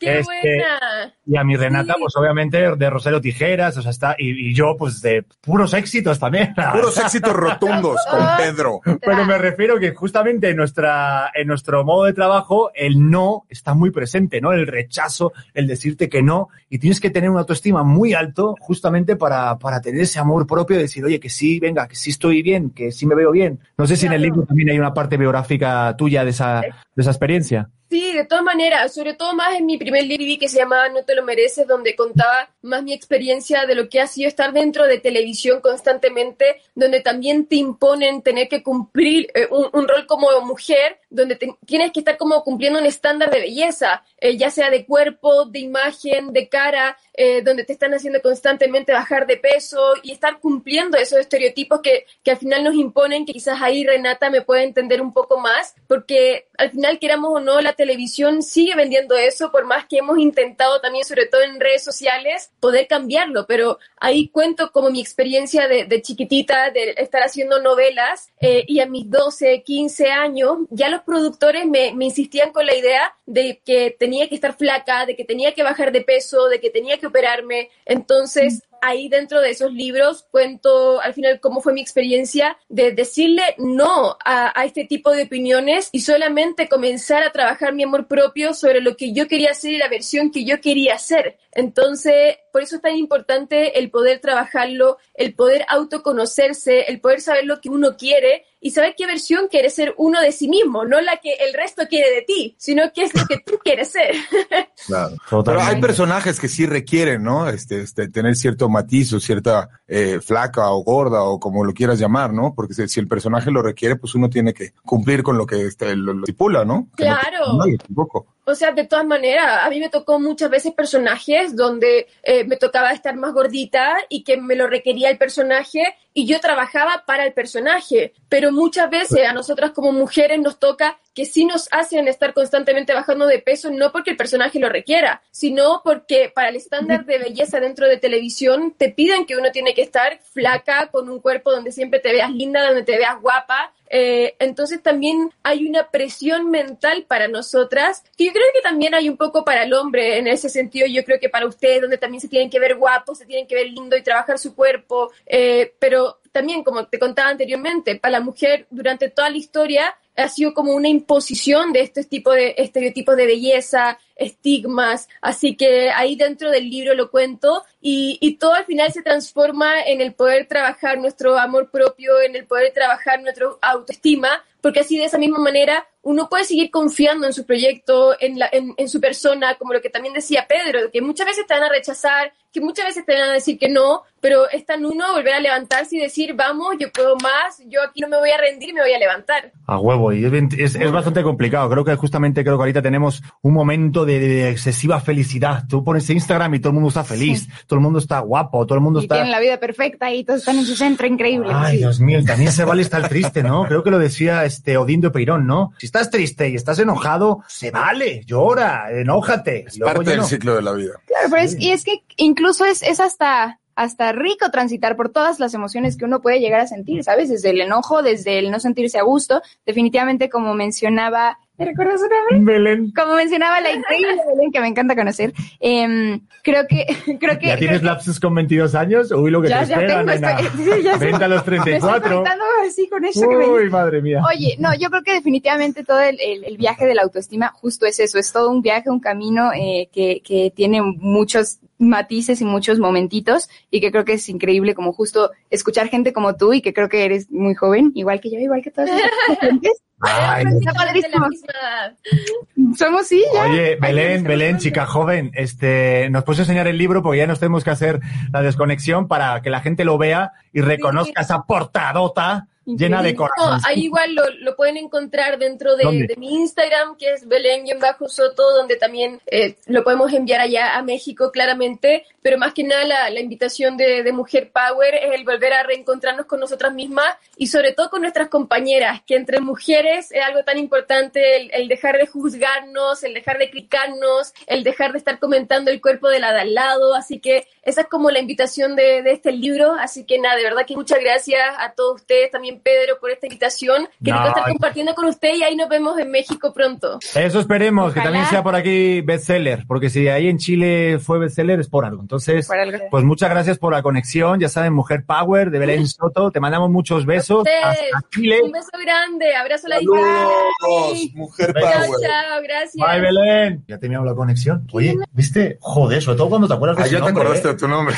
S5: Qué
S10: Este,
S5: buena.
S10: Y a mi Renata, pues obviamente de Rosario Tijeras, o sea, está, y, y yo, pues de puros éxitos también.
S4: Puros éxitos rotundos con Pedro.
S10: Pero me refiero que justamente en, nuestra, en nuestro modo de trabajo, el no está muy presente, ¿no? El rechazo, el decirte que no, y tienes que tener una autoestima muy alto justamente para, para tener ese amor propio de decir, oye, que sí, venga, que sí estoy bien, que sí me veo bien. No sé si en el libro también hay una parte biográfica tuya de esa, de esa experiencia.
S5: Sí, de todas maneras, sobre todo más en mi primer libro que se llamaba No te lo mereces, donde contaba más mi experiencia de lo que ha sido estar dentro de televisión constantemente, donde también te imponen tener que cumplir eh, un, un rol como mujer, donde te- tienes que estar como cumpliendo un estándar de belleza, eh, ya sea de cuerpo, de imagen, de cara, eh, donde te están haciendo constantemente bajar de peso y estar cumpliendo esos estereotipos que, que al final nos imponen, que quizás ahí Renata me puede entender un poco más, porque al final, queramos o no, la televisión sigue vendiendo eso, por más que hemos intentado también, sobre todo en redes sociales, poder cambiarlo, pero ahí cuento como mi experiencia de, de chiquitita, de estar haciendo novelas, eh, y a mis 12, 15 años, ya los productores me, me insistían con la idea de que tenía que estar flaca, de que tenía que bajar de peso, de que tenía que operarme, entonces ahí dentro de esos libros cuento al final cómo fue mi experiencia de decirle no a, a este tipo de opiniones y solamente comenzar a trabajar mi amor propio sobre lo que yo quería hacer y la versión que yo quería hacer. Entonces, por eso es tan importante el poder trabajarlo, el poder autoconocerse, el poder saber lo que uno quiere y saber qué versión quiere ser uno de sí mismo, no la que el resto quiere de ti, sino qué es lo que tú quieres ser.
S4: Claro. Pero hay personajes que sí requieren, ¿no? Este, este, tener cierto matiz o cierta eh, flaca o gorda o como lo quieras llamar, ¿no? Porque si, si el personaje lo requiere, pues uno tiene que cumplir con lo que este, lo, lo estipula, ¿no? Que no te-
S5: Claro.
S4: nadie tampoco.
S5: O sea, de todas maneras, a mí me tocó muchas veces personajes donde eh, me tocaba estar más gordita y que me lo requería el personaje y yo trabajaba para el personaje. Pero muchas veces a nosotras como mujeres nos toca que sí nos hacen estar constantemente bajando de peso, no porque el personaje lo requiera, sino porque para el estándar de belleza dentro de televisión te piden que uno tiene que estar flaca, con un cuerpo donde siempre te veas linda, donde te veas guapa, eh, entonces también hay una presión mental para nosotras, que yo creo que también hay un poco para el hombre en ese sentido, yo creo que para ustedes, donde también se tienen que ver guapos, se tienen que ver lindo y trabajar su cuerpo, eh, pero también, como te contaba anteriormente, para la mujer durante este toda la historia ha sido como una imposición de estos tipos de estereotipos de belleza, estigmas, así que ahí dentro del libro lo cuento y, y todo al final se transforma en el poder trabajar nuestro amor propio, en el poder trabajar nuestra autoestima, porque así de esa misma manera uno puede seguir confiando en su proyecto, en, la, en, en, su persona, como lo que también decía Pedro, que muchas veces te van a rechazar, que muchas veces te van a decir que no, pero está en uno volver a levantarse y decir, vamos, yo puedo más, yo aquí no me voy a rendir, me voy a levantar.
S4: A huevo, y es, bien, es, es bastante complicado. Creo que justamente, creo que ahorita tenemos un momento de, de excesiva felicidad. Tú pones Instagram y todo el mundo está feliz, sí. todo el mundo está guapo, todo el mundo
S10: y
S4: está...
S10: tienen la vida perfecta y todos están en su centro, increíble.
S4: Ay, sí. Dios mío, también se vale estar triste, ¿no? Creo que lo decía este Odín de Peirón, ¿no? Si estás triste y estás enojado, se vale, llora, enójate.
S1: Es parte del no. ciclo de la vida.
S10: Claro, pero sí. es, y es que incluso es, es hasta hasta rico transitar por todas las emociones que uno puede llegar a sentir, ¿sabes? Desde el enojo, desde el no sentirse a gusto, definitivamente como mencionaba, ¿me recuerdas una vez?
S4: Belén.
S10: Como mencionaba la increíble Belén que me encanta conocer, eh, creo que, creo que...
S4: ¿Ya tienes
S10: que,
S4: lapsus con 22 años? Uy, lo que
S10: ya,
S4: te espera,
S10: tengo,
S4: nena.
S10: Estoy, ya
S4: Vente a los 34.
S10: Me estoy así con eso
S4: Uy,
S10: que me
S4: madre mía.
S10: Oye, no, yo creo que definitivamente todo el, el, el, viaje de la autoestima justo es eso, es todo un viaje, un camino eh, que, que tiene muchos matices y muchos momentitos y que creo que es increíble como justo escuchar gente como tú y que creo que eres muy joven, igual que yo, igual que todas
S5: Ay,
S10: Somos sí, ya.
S4: Oye, Belén, Belén, chica joven, este, nos puedes enseñar el libro porque ya nos tenemos que hacer la desconexión para que la gente lo vea y reconozca esa portadota llena de corazones.
S5: No, ahí igual lo, lo pueden encontrar dentro de, de, mi Instagram, que es Belén-Soto, donde también eh, lo podemos enviar allá a México, claramente. Pero más que nada, la, la invitación de, de, Mujer Power es el volver a reencontrarnos con nosotras mismas y sobre todo con nuestras compañeras, que entre mujeres es algo tan importante el, el dejar de juzgarnos, el dejar de criticarnos, el dejar de estar comentando el cuerpo de la de al lado. Así que esa es como la invitación de, de este libro. Así que nada, de verdad que muchas gracias a todos ustedes también Pedro, por esta invitación. Que no. estar compartiendo con usted y ahí nos vemos en México pronto.
S4: Eso esperemos, Ojalá. que también sea por aquí bestseller, porque si ahí en Chile fue bestseller es por algo. Entonces,
S10: por algo.
S4: pues muchas gracias por la conexión. Ya saben, Mujer Power de Belén Soto. Te mandamos muchos besos. Hasta Chile.
S5: Un beso grande. Abrazo a la
S1: Saludos, Mujer Power.
S5: Chao, chao, gracias.
S4: Bye, Belén. Ya terminamos la conexión. Oye, ¿viste? Joder, sobre todo cuando te acuerdas de
S1: ah, ya
S4: nombre,
S1: te acordaste eh. de tu nombre.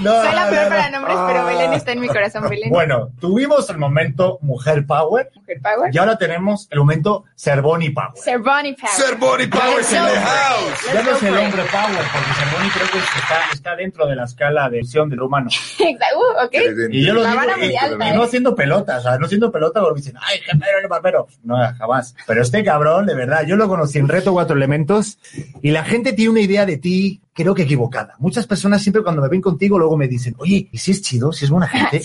S10: no, Soy la peor no, para nombres, pero Belén está en mi corazón.
S4: Bueno, tuvimos el momento Mujer Power.
S10: Mujer Power.
S4: Y ahora tenemos el momento Cervoni Power.
S10: Cervoni Power.
S1: Cervoni Power in the house.
S4: Ya no es el hombre Power, porque Cervoni creo que está, está dentro de la escala de visión del humano.
S10: Exacto, uh, ok.
S4: Y yo lo digo, y, alta, y,
S13: ¿eh?
S4: no haciendo pelotas, o sea, no haciendo pelota porque dicen, ay, qué barbero, el barbero. No, jamás. Pero este cabrón, de verdad, yo lo conocí en Reto Cuatro Elementos y la gente tiene una idea de ti creo que equivocada. Muchas personas siempre cuando me ven contigo luego me dicen, oye, ¿y si es chido? ¿Si es buena gente?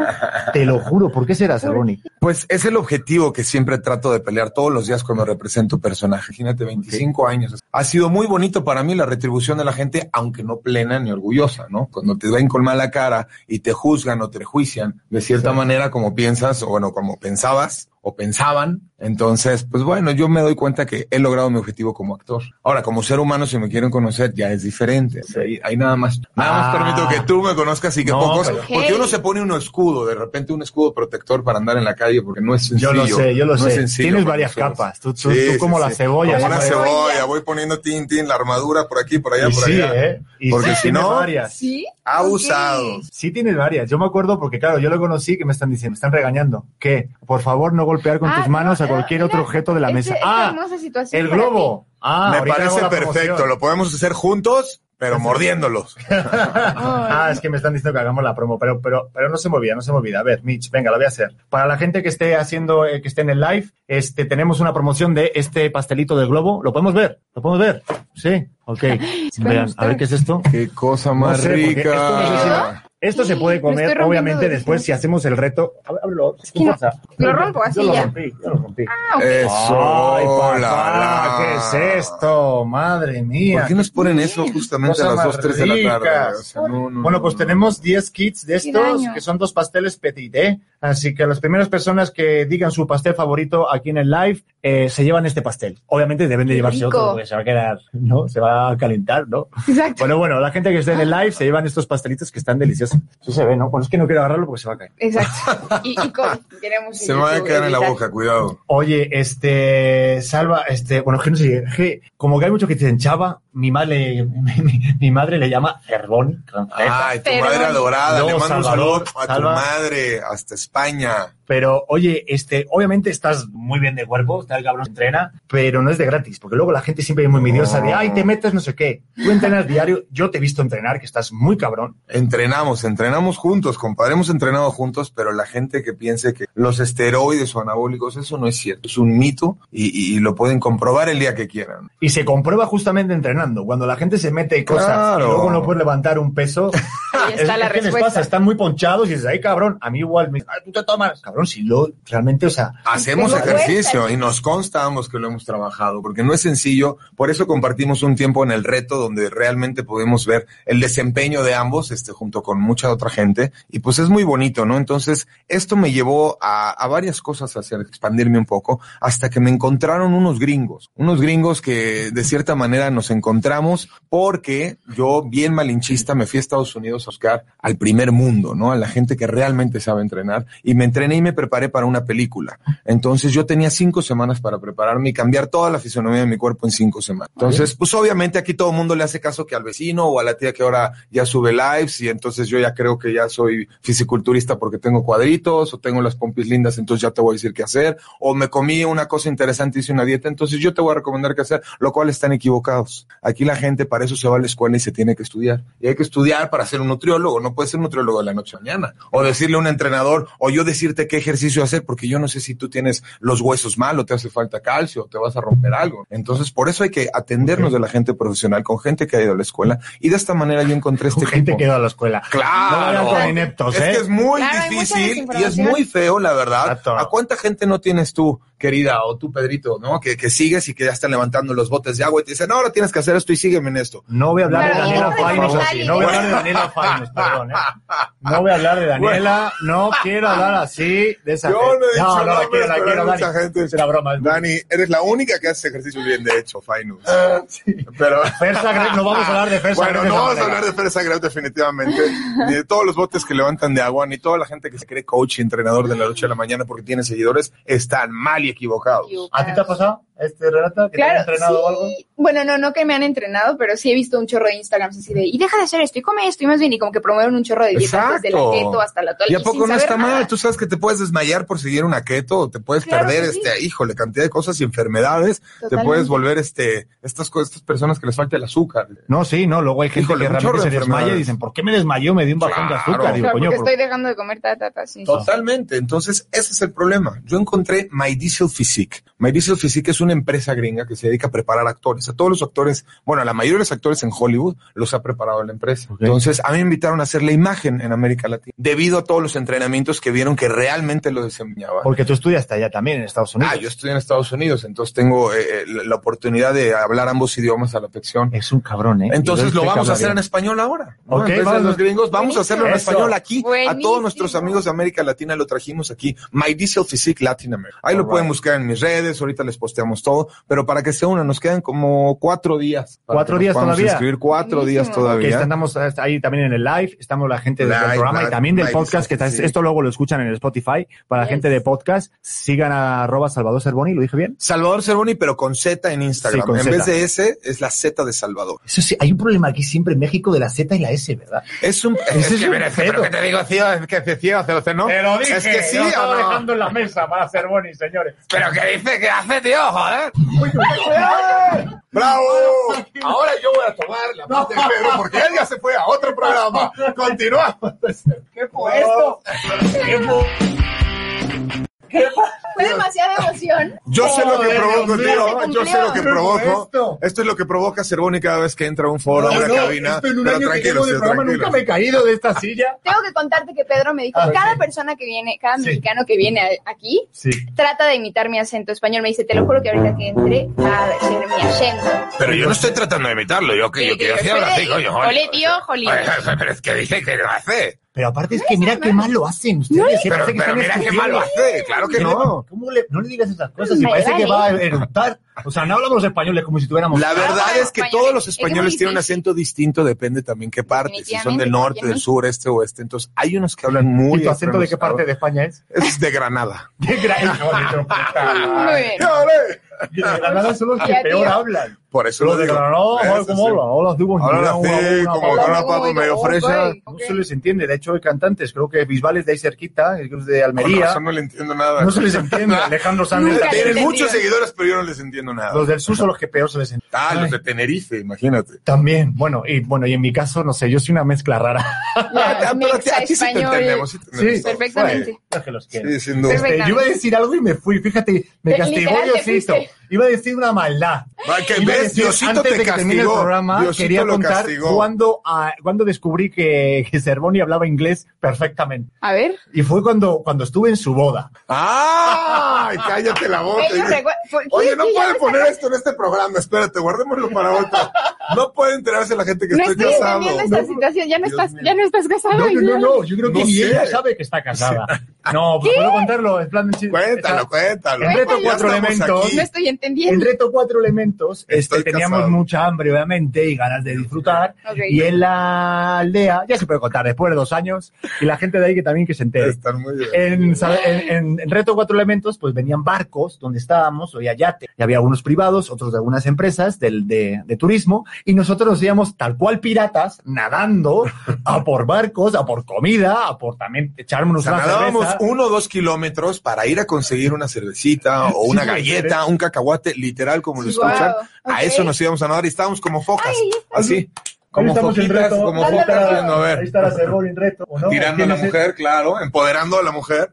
S4: Te lo juro, ¿por qué será, Saroni?
S1: Pues es el objetivo que siempre trato de pelear todos los días cuando represento personaje. Imagínate, 25 okay. años. Ha sido muy bonito para mí la retribución de la gente, aunque no plena ni orgullosa, ¿no? Cuando te ven con mala cara y te juzgan o te juician de cierta sí. manera como piensas o bueno, como pensabas, o pensaban. Entonces, pues bueno, yo me doy cuenta que he logrado mi objetivo como actor. Ahora, como ser humano, si me quieren conocer, ya es diferente. O sea, ahí, ahí, nada más, nada
S4: Ah,
S1: más permito que tú me conozcas y que no, pocos, pero... porque uno se pone un escudo, de repente un escudo protector para andar en la calle, porque no es sencillo.
S4: Yo lo sé, yo lo
S1: no
S4: sé.
S1: Sencillo,
S4: Tienes varias capas. Tú, tú, sí, tú como sí, la cebolla.
S1: Como la cebolla, voy poniendo tin, tin, la armadura por aquí, por allá,
S4: y
S1: por
S4: sí,
S1: allá.
S4: ¿eh? Y
S1: porque si no,
S4: varias.
S10: ¿Sí?
S1: abusado.
S4: Sí tienes varias. Yo me acuerdo porque claro, yo lo conocí que me están diciendo, me están regañando, que por favor no golpear con
S10: Ah,
S4: tus manos
S10: no,
S4: a cualquier
S10: mira,
S4: otro objeto de la
S10: este-
S4: mesa.
S10: esta
S4: ah,
S10: hermosa situación
S4: el
S10: para
S4: globo. Ah,
S1: me
S4: ahorita hago
S1: parece
S4: la
S1: perfecto.
S4: promoción.
S1: Lo podemos hacer juntos, pero mordiéndolos.
S4: Ah, es que me están diciendo que hagamos la promo, pero, pero, pero no se me olvida, no se me olvida. A ver, Mitch, venga, lo voy a hacer. Para la gente que esté haciendo, eh, que esté en el live, este, tenemos una promoción de este pastelito del globo. ¿Lo podemos ver? ¿Lo podemos ver? Sí, ok. Vean, a ver qué es esto.
S1: Qué cosa
S4: No
S1: más
S4: sé, porque
S1: rica.
S4: Esto, no sé si lo- esto se
S10: Me
S4: puede
S10: estoy
S4: comer,
S10: rompiendo
S4: obviamente,
S10: de
S4: después si hacemos el reto. A ver, ábrelo. ¿Qué
S10: no-
S4: pasa?
S10: lo rompo así
S4: Yo lo
S10: ya.
S4: rompí, yo lo rompí.
S10: Ah, ok.
S1: Eso.
S4: Ay,
S1: la,
S4: papá, ¿qué es esto? Madre mía.
S1: ¿Por qué nos ponen eso justamente
S4: Cosa
S1: a las
S4: más
S1: 2, 3 de la tarde?
S4: ricas.
S1: O sea, no, no,
S4: Bueno, pues
S1: no.
S4: tenemos 10 kits de
S10: Qué
S4: estos,
S10: daño.
S4: que son dos pasteles petit, ¿eh? Así que las primeras personas que digan su pastel favorito aquí en el live eh, se llevan este pastel. Obviamente deben de
S10: Qué
S4: llevarse
S10: rico.
S4: otro porque se va a quedar, ¿no? Se va a calentar, ¿no?
S10: Exacto.
S4: Bueno, bueno, la gente que esté en el live se llevan estos pastelitos que están deliciosos. Sí se ve, ¿no? Pues es que no quiero agarrarlo porque se va a caer.
S5: Exacto. Y, y con, queremos
S13: Se me va a quedar en la boca, cuidado.
S4: Oye, este, Salva, este, bueno, es que no sé, es que como que hay muchos que dicen chava, mi madre, mi, mi- mi madre le llama Cervón.
S13: Ay, tu madre
S1: Ah,
S13: adorada, le mando un saludo a tu madre, hasta España.
S4: Pero, oye, este, obviamente estás muy bien de cuerpo, está el cabrón entrena, pero no es de gratis, porque luego la gente siempre es muy envidiosa de, ay, te metes no sé qué. Tú entrenas diario, yo te he visto entrenar, que estás muy cabrón.
S13: Entrenamos, entrenamos juntos, compadre, hemos entrenado juntos, pero la gente que piense que los esteroides o anabólicos, eso no es cierto, es un mito y, y- y lo pueden comprobar el día que quieran.
S4: Y se comprueba justamente entrenando. Cuando la gente se mete cosas
S13: Claro.
S4: y luego no puede levantar un peso,
S6: Ahí está la
S4: ¿qué les
S6: respuesta.
S4: pasa? Están muy ponchados y dices, ay, cabrón, a mí igual, me, "Ay, tú te tomas. Cabrón, si lo realmente, o sea...
S13: Hacemos ejercicio y nos constamos que lo hemos trabajado, porque no es sencillo. Por eso compartimos un tiempo en el reto donde realmente podemos ver el desempeño de ambos, este, junto con mucha otra gente. Y pues es muy bonito, ¿no? Entonces, esto me llevó a, a varias cosas, hacia expandirme un poco, hasta que me encontraron unos gringos, unos gringos que de cierta manera nos encontramos porque yo, bien malinchista, me fui a Estados Unidos a buscar al primer mundo, ¿no? A la gente que realmente sabe entrenar. Y me entrené y me preparé para una película. Entonces yo tenía cinco semanas para prepararme y cambiar toda la fisonomía de mi cuerpo en cinco semanas. Entonces, pues obviamente aquí todo el mundo le hace caso que al vecino o a la tía que ahora ya sube lives y entonces yo ya creo que ya soy fisiculturista porque tengo cuadritos o tengo las pompis lindas, entonces ya te voy a decir qué hacer. O me comí una cosa interesante, hice una dieta, entonces yo te voy a recomendar qué hacer, lo cual están equivocados. Aquí la gente para eso se va a la escuela y se tiene que estudiar. Y hay que estudiar para ser un nutriólogo, no puedes ser un nutriólogo de la noche a la mañana. O decirle a un entrenador, o yo decirte qué ejercicio hacer, porque yo no sé si tú tienes los huesos mal o te hace falta calcio o te vas a romper algo. Entonces, por eso hay que atendernos de la gente profesional, con gente que ha ido a la escuela. Y de esta manera yo encontré este
S4: Gente que ha ido a la escuela. No vayan
S13: Claro.
S4: tan ineptos,
S13: es
S4: ¿eh?
S13: que es muy
S4: Claro, hay mucha
S13: difícil y es
S4: desinformación.
S13: muy feo, la verdad. ¿A cuánta gente no tienes tú, querida, o tú, Pedrito, no? Que, que sigues y que ya están levantando los botes de agua y te dicen, no, ahora tienes que hacer esto y sígueme en esto.
S4: No voy a hablar de
S13: Pero
S4: Daniela
S13: no, por
S4: Fainos
S13: favor.
S4: así, no voy a hablar de Daniela Fainos, perdón, ¿eh? No voy a hablar de Daniela, no quiero
S1: Ah.
S4: hablar así de esa
S13: Yo
S4: gente.
S13: no he dicho
S4: no, la
S13: nombres,
S4: quiero, la
S13: pero
S4: quiero,
S13: hay mucha
S4: Dani. Es una broma.
S13: Dani, eres la única que hace ejercicio bien, de hecho, Fainus. Pero...
S4: Ah, Fersa Gref, no vamos a hablar de Fersa
S13: Bueno,
S4: Gref de
S13: no
S4: esa
S13: vamos a
S4: manera.
S13: hablar de Fersa Gref definitivamente, ni de todos los botes que levantan de agua, ni toda la gente que se cree coach y entrenador de la noche a la mañana porque tiene seguidores, están mal y equivocados.
S4: ¿A ti te ha pasado, este, Renata, que te
S5: Claro,
S4: han entrenado o algo?
S5: Bueno, no, no que me han entrenado, pero sí he visto un chorro de Instagram así de, y deja de hacer esto, y come esto, y más bien, y como que promueven un chorro de dietas desde la keto hasta la actual.
S13: y a poco
S5: sin
S13: no
S5: saber
S13: está
S5: nada.
S13: mal, tú sabes que te puedes desmayar por seguir una keto, o te puedes
S5: Claro
S13: perder,
S5: que sí.
S13: este, híjole, cantidad de cosas y enfermedades, te
S5: Totalmente.
S13: puedes volver, este, estas, co- estas personas que les falta el azúcar.
S4: No, sí, no, luego hay gente
S13: Híjole,
S4: que
S13: un
S4: realmente
S13: chorro
S4: se
S13: de
S4: desmaya y
S13: enfermedades.
S4: dicen, ¿por qué me desmayó? Me dio un bajón de azúcar. Digo,
S5: Claro,
S4: coño,
S5: porque
S4: pero-
S5: estoy dejando de comer ta, ta, ta, sí, sí.
S13: Totalmente. Entonces, ese es el problema. Yo encontré My Diesel Physique. My Diesel Physique es una empresa gringa que se dedica a preparar actores. A todos los actores, bueno, a la mayoría de los actores en Hollywood los ha preparado em- la empresa.
S4: pues,
S13: Entonces, a mí me invitaron a hacer la imagen en América Latina debido a todos los entrenamientos que vieron que realmente lo desempeñaba.
S4: porque tú estudiaste allá también, en Estados Unidos.
S13: Ah, yo estoy en Estados Unidos, entonces tengo eh, eh, la la oportunidad de hablar ambos idiomas a la perfección.
S4: Es un cabrón, ¿eh?
S13: Entonces
S4: Yo sé
S13: lo
S4: que
S13: vamos a
S4: habla
S13: hacer
S4: bien.
S13: en español ahora. ¿no?
S4: Ok,
S13: Entonces,
S4: vamos.
S13: los gringos, vamos a hacerlo en
S4: Buenísimo.
S13: español aquí. A
S4: Buenísimo.
S13: todos nuestros amigos de América Latina lo trajimos aquí. My Diesel Physique Latin America. Ahí lo pueden buscar en mis redes, ahorita les posteamos todo, pero para que se unan, nos quedan como cuatro días. para
S4: ¿Cuatro
S13: que nos
S4: días
S13: podamos
S4: todavía?
S13: inscribir. cuatro días
S4: Que
S13: todavía.
S4: estamos ahí también en el live, estamos la gente del
S13: Live,
S4: programa
S13: live,
S4: y también del
S13: live,
S4: podcast, que
S13: sí.
S4: esto luego lo escuchan en el Spotify. Para la gente de podcast, sigan a arroba Salvador Cervoni, ¿lo dije bien?
S13: Salvador Cervoni, pero con Z en Instagram.
S4: Sí, con
S13: en
S4: Z.
S13: vez de S, es la Z de Salvador.
S4: Eso sí, hay un problema aquí siempre en México de la Z y la S, ¿verdad?
S13: Es un... Es, que, mira, es que, pero que te digo, tío, es que es tío, tío, tío, ¿no?
S4: Te lo dije,
S13: Es que sí,
S4: lo
S13: ¿o
S4: estaba
S13: no?
S4: dejando en la mesa para Cervoni, señores.
S13: Pero que dice que hace, tío, joder. ¡Bravo! Ahora yo voy a tomar la parte de Pedro porque él ya se fue a otro programa. Continuamos.
S6: ¿Qué fue esto? ¿Qué fue?
S5: Fue demasiada emoción.
S13: Yo sé lo que
S5: Joder,
S13: provoco,
S5: Dios mío.
S13: tío. Yo sé lo que
S5: Pero
S13: provoco.
S5: esto-
S13: Esto es lo que provoca Cervoni cada vez que entra a un foro, a
S4: No,
S13: una
S4: no,
S13: cabina.
S4: esto en un
S13: Pero
S4: año que
S13: tranquilo,
S4: llevo de
S13: tío,
S4: programa nunca
S13: tranquilo.
S4: me he caído de esta silla.
S5: Tengo que contarte que Pedro me dijo,
S4: Ah,
S5: cada persona que viene, cada mexicano que viene a- aquí,
S4: Sí.
S5: trata de imitar mi acento español. Me dice, te lo juro que ahorita que entre va a decir mi acento.
S17: Pero yo no estoy tratando de imitarlo, yo que yo quiero
S5: Soy
S17: hacer ahora
S5: de-
S17: sí, coño.
S5: Jolí, tío, jolí.
S17: Oye, Pero es que dice que lo hace.
S4: Pero aparte es que mira qué mal lo hacen ustedes. ¿eh?
S13: Pero,
S4: Parece que
S13: pero
S4: están
S13: mira qué
S4: discutiendo.
S13: malo hace, claro que
S4: Mira,
S13: no.
S4: ¿cómo le- no le digas esas cosas? Y
S13: Me
S4: parece que
S13: vale.
S4: va a eructar. O sea, no hablamos españoles como si tuviéramos.
S13: La verdad es que todos los
S4: es
S13: españoles
S4: muy
S13: tienen un acento distinto, depende también qué parte, si son del
S4: Definitivamente,
S13: norte, del
S4: obviamente.
S13: sur, este, oeste. Entonces, hay unos que hablan muy...
S4: ¿Y tu acento de qué
S13: pronunciado.
S4: parte de España es?
S13: Es de Granada.
S4: De Granada.
S13: Muy
S4: bien. De Granada son los que
S13: Ya,
S4: peor
S13: tío.
S4: hablan.
S13: Por eso
S4: Los
S13: lo
S4: de
S13: digo.
S4: Granada, joder,
S13: Eso
S4: ¿cómo
S13: sí.
S4: hablan? Hola, digo,
S13: Hablan así, como con una papa medio fresa.
S4: No se les entiende. De hecho, hay cantantes, creo que Bisbal es de ahí cerquita, es de
S13: Con
S4: Almería.
S13: razón no le entiendo nada.
S4: No se les entiende. Alejandro Sanz.
S13: Tienen muchos seguidores, pero yo no les entiendo nada.
S4: Los del sur son los que peor se les entiende.
S13: Ah, los de Tenerife, imagínate.
S4: También, bueno, y bueno, y en mi caso, no sé, yo soy una mezcla rara.
S13: Ah, pero a ti- a ti sí te
S5: español.
S13: entendemos. sí te entendemos.
S5: Perfectamente.
S4: Bueno, que los quiero.
S13: Sí, sin duda.
S4: Este, yo iba a decir algo y me fui, fíjate, me
S5: Eh,
S4: castigó
S5: literal, te
S4: Diosito.
S5: fuiste.
S4: Iba a decir una maldad.
S13: Va, que
S4: Iba a
S13: ves,
S4: decir,
S13: Diosito
S4: antes
S13: te
S4: de que termine el
S13: castigó.
S4: programa,
S13: Diosito
S4: quería
S13: lo
S4: contar
S13: castigó.
S4: cuando, ah, cuando descubrí que, que Cervoni hablaba inglés perfectamente.
S5: A ver.
S4: Y fue cuando, cuando estuve en su boda.
S13: ¡Ay, cállate la boca!
S5: Ellos recu- ¿Por qué
S13: Oye, no
S5: es que ya
S13: puede
S5: me
S13: poner esto en este programa. Espérate, guardémoslo para otra. No puede enterarse la gente que
S5: No
S13: estoy
S5: estoy
S13: casado.
S5: entendiendo esta situación. Ya no,
S13: Dios
S5: estás, ya no estás casado.
S4: No, no, no, no, yo creo que
S13: No
S4: ni
S13: sé.
S4: ella sabe que está casada. No, pues
S5: ¿Qué?
S4: puedo contarlo en plan de chiste.
S13: Cuéntalo, cuéntalo.
S4: En reto
S13: Ya
S4: cuatro
S13: estamos
S4: elementos.
S13: aquí.
S5: No estoy
S4: En
S5: entendiendo.
S4: reto cuatro elementos, este,
S13: Estoy
S4: teníamos
S13: casado.
S4: mucha hambre, obviamente, y ganas de disfrutar.
S5: Ok.
S4: Y en la aldea, ya se puede contar, después de dos años, y la gente de ahí que también que se entere.
S13: Están muy bien.
S4: este, En, sa- en- en- en reto cuatro elementos, pues venían barcos donde estábamos, había yate, y había unos privados, otros de algunas empresas del, de, de turismo, y nosotros nos íbamos tal cual piratas, nadando, a por barcos, a por comida, a por también
S13: O
S4: echarnos
S13: sea,
S4: una
S13: nadábamos
S4: cerveza.
S13: uno o dos kilómetros para ir a conseguir una cervecita o una
S4: Sí,
S13: galleta, un cacahuate, literal como lo
S5: Guau,
S13: escuchan. A
S5: ok.
S13: eso nos íbamos a nadar y estábamos como focas, así.
S4: Ahí
S13: Como
S4: estamos en
S13: foquitas,
S4: reto.
S13: como
S4: Dale,
S13: focas
S4: dale, dale.
S13: viendo a ver.
S4: Ahí está la cebolla en reto, ¿o no?
S13: Tirando a la
S4: ¿Tienes-
S13: mujer, claro, empoderando a la mujer.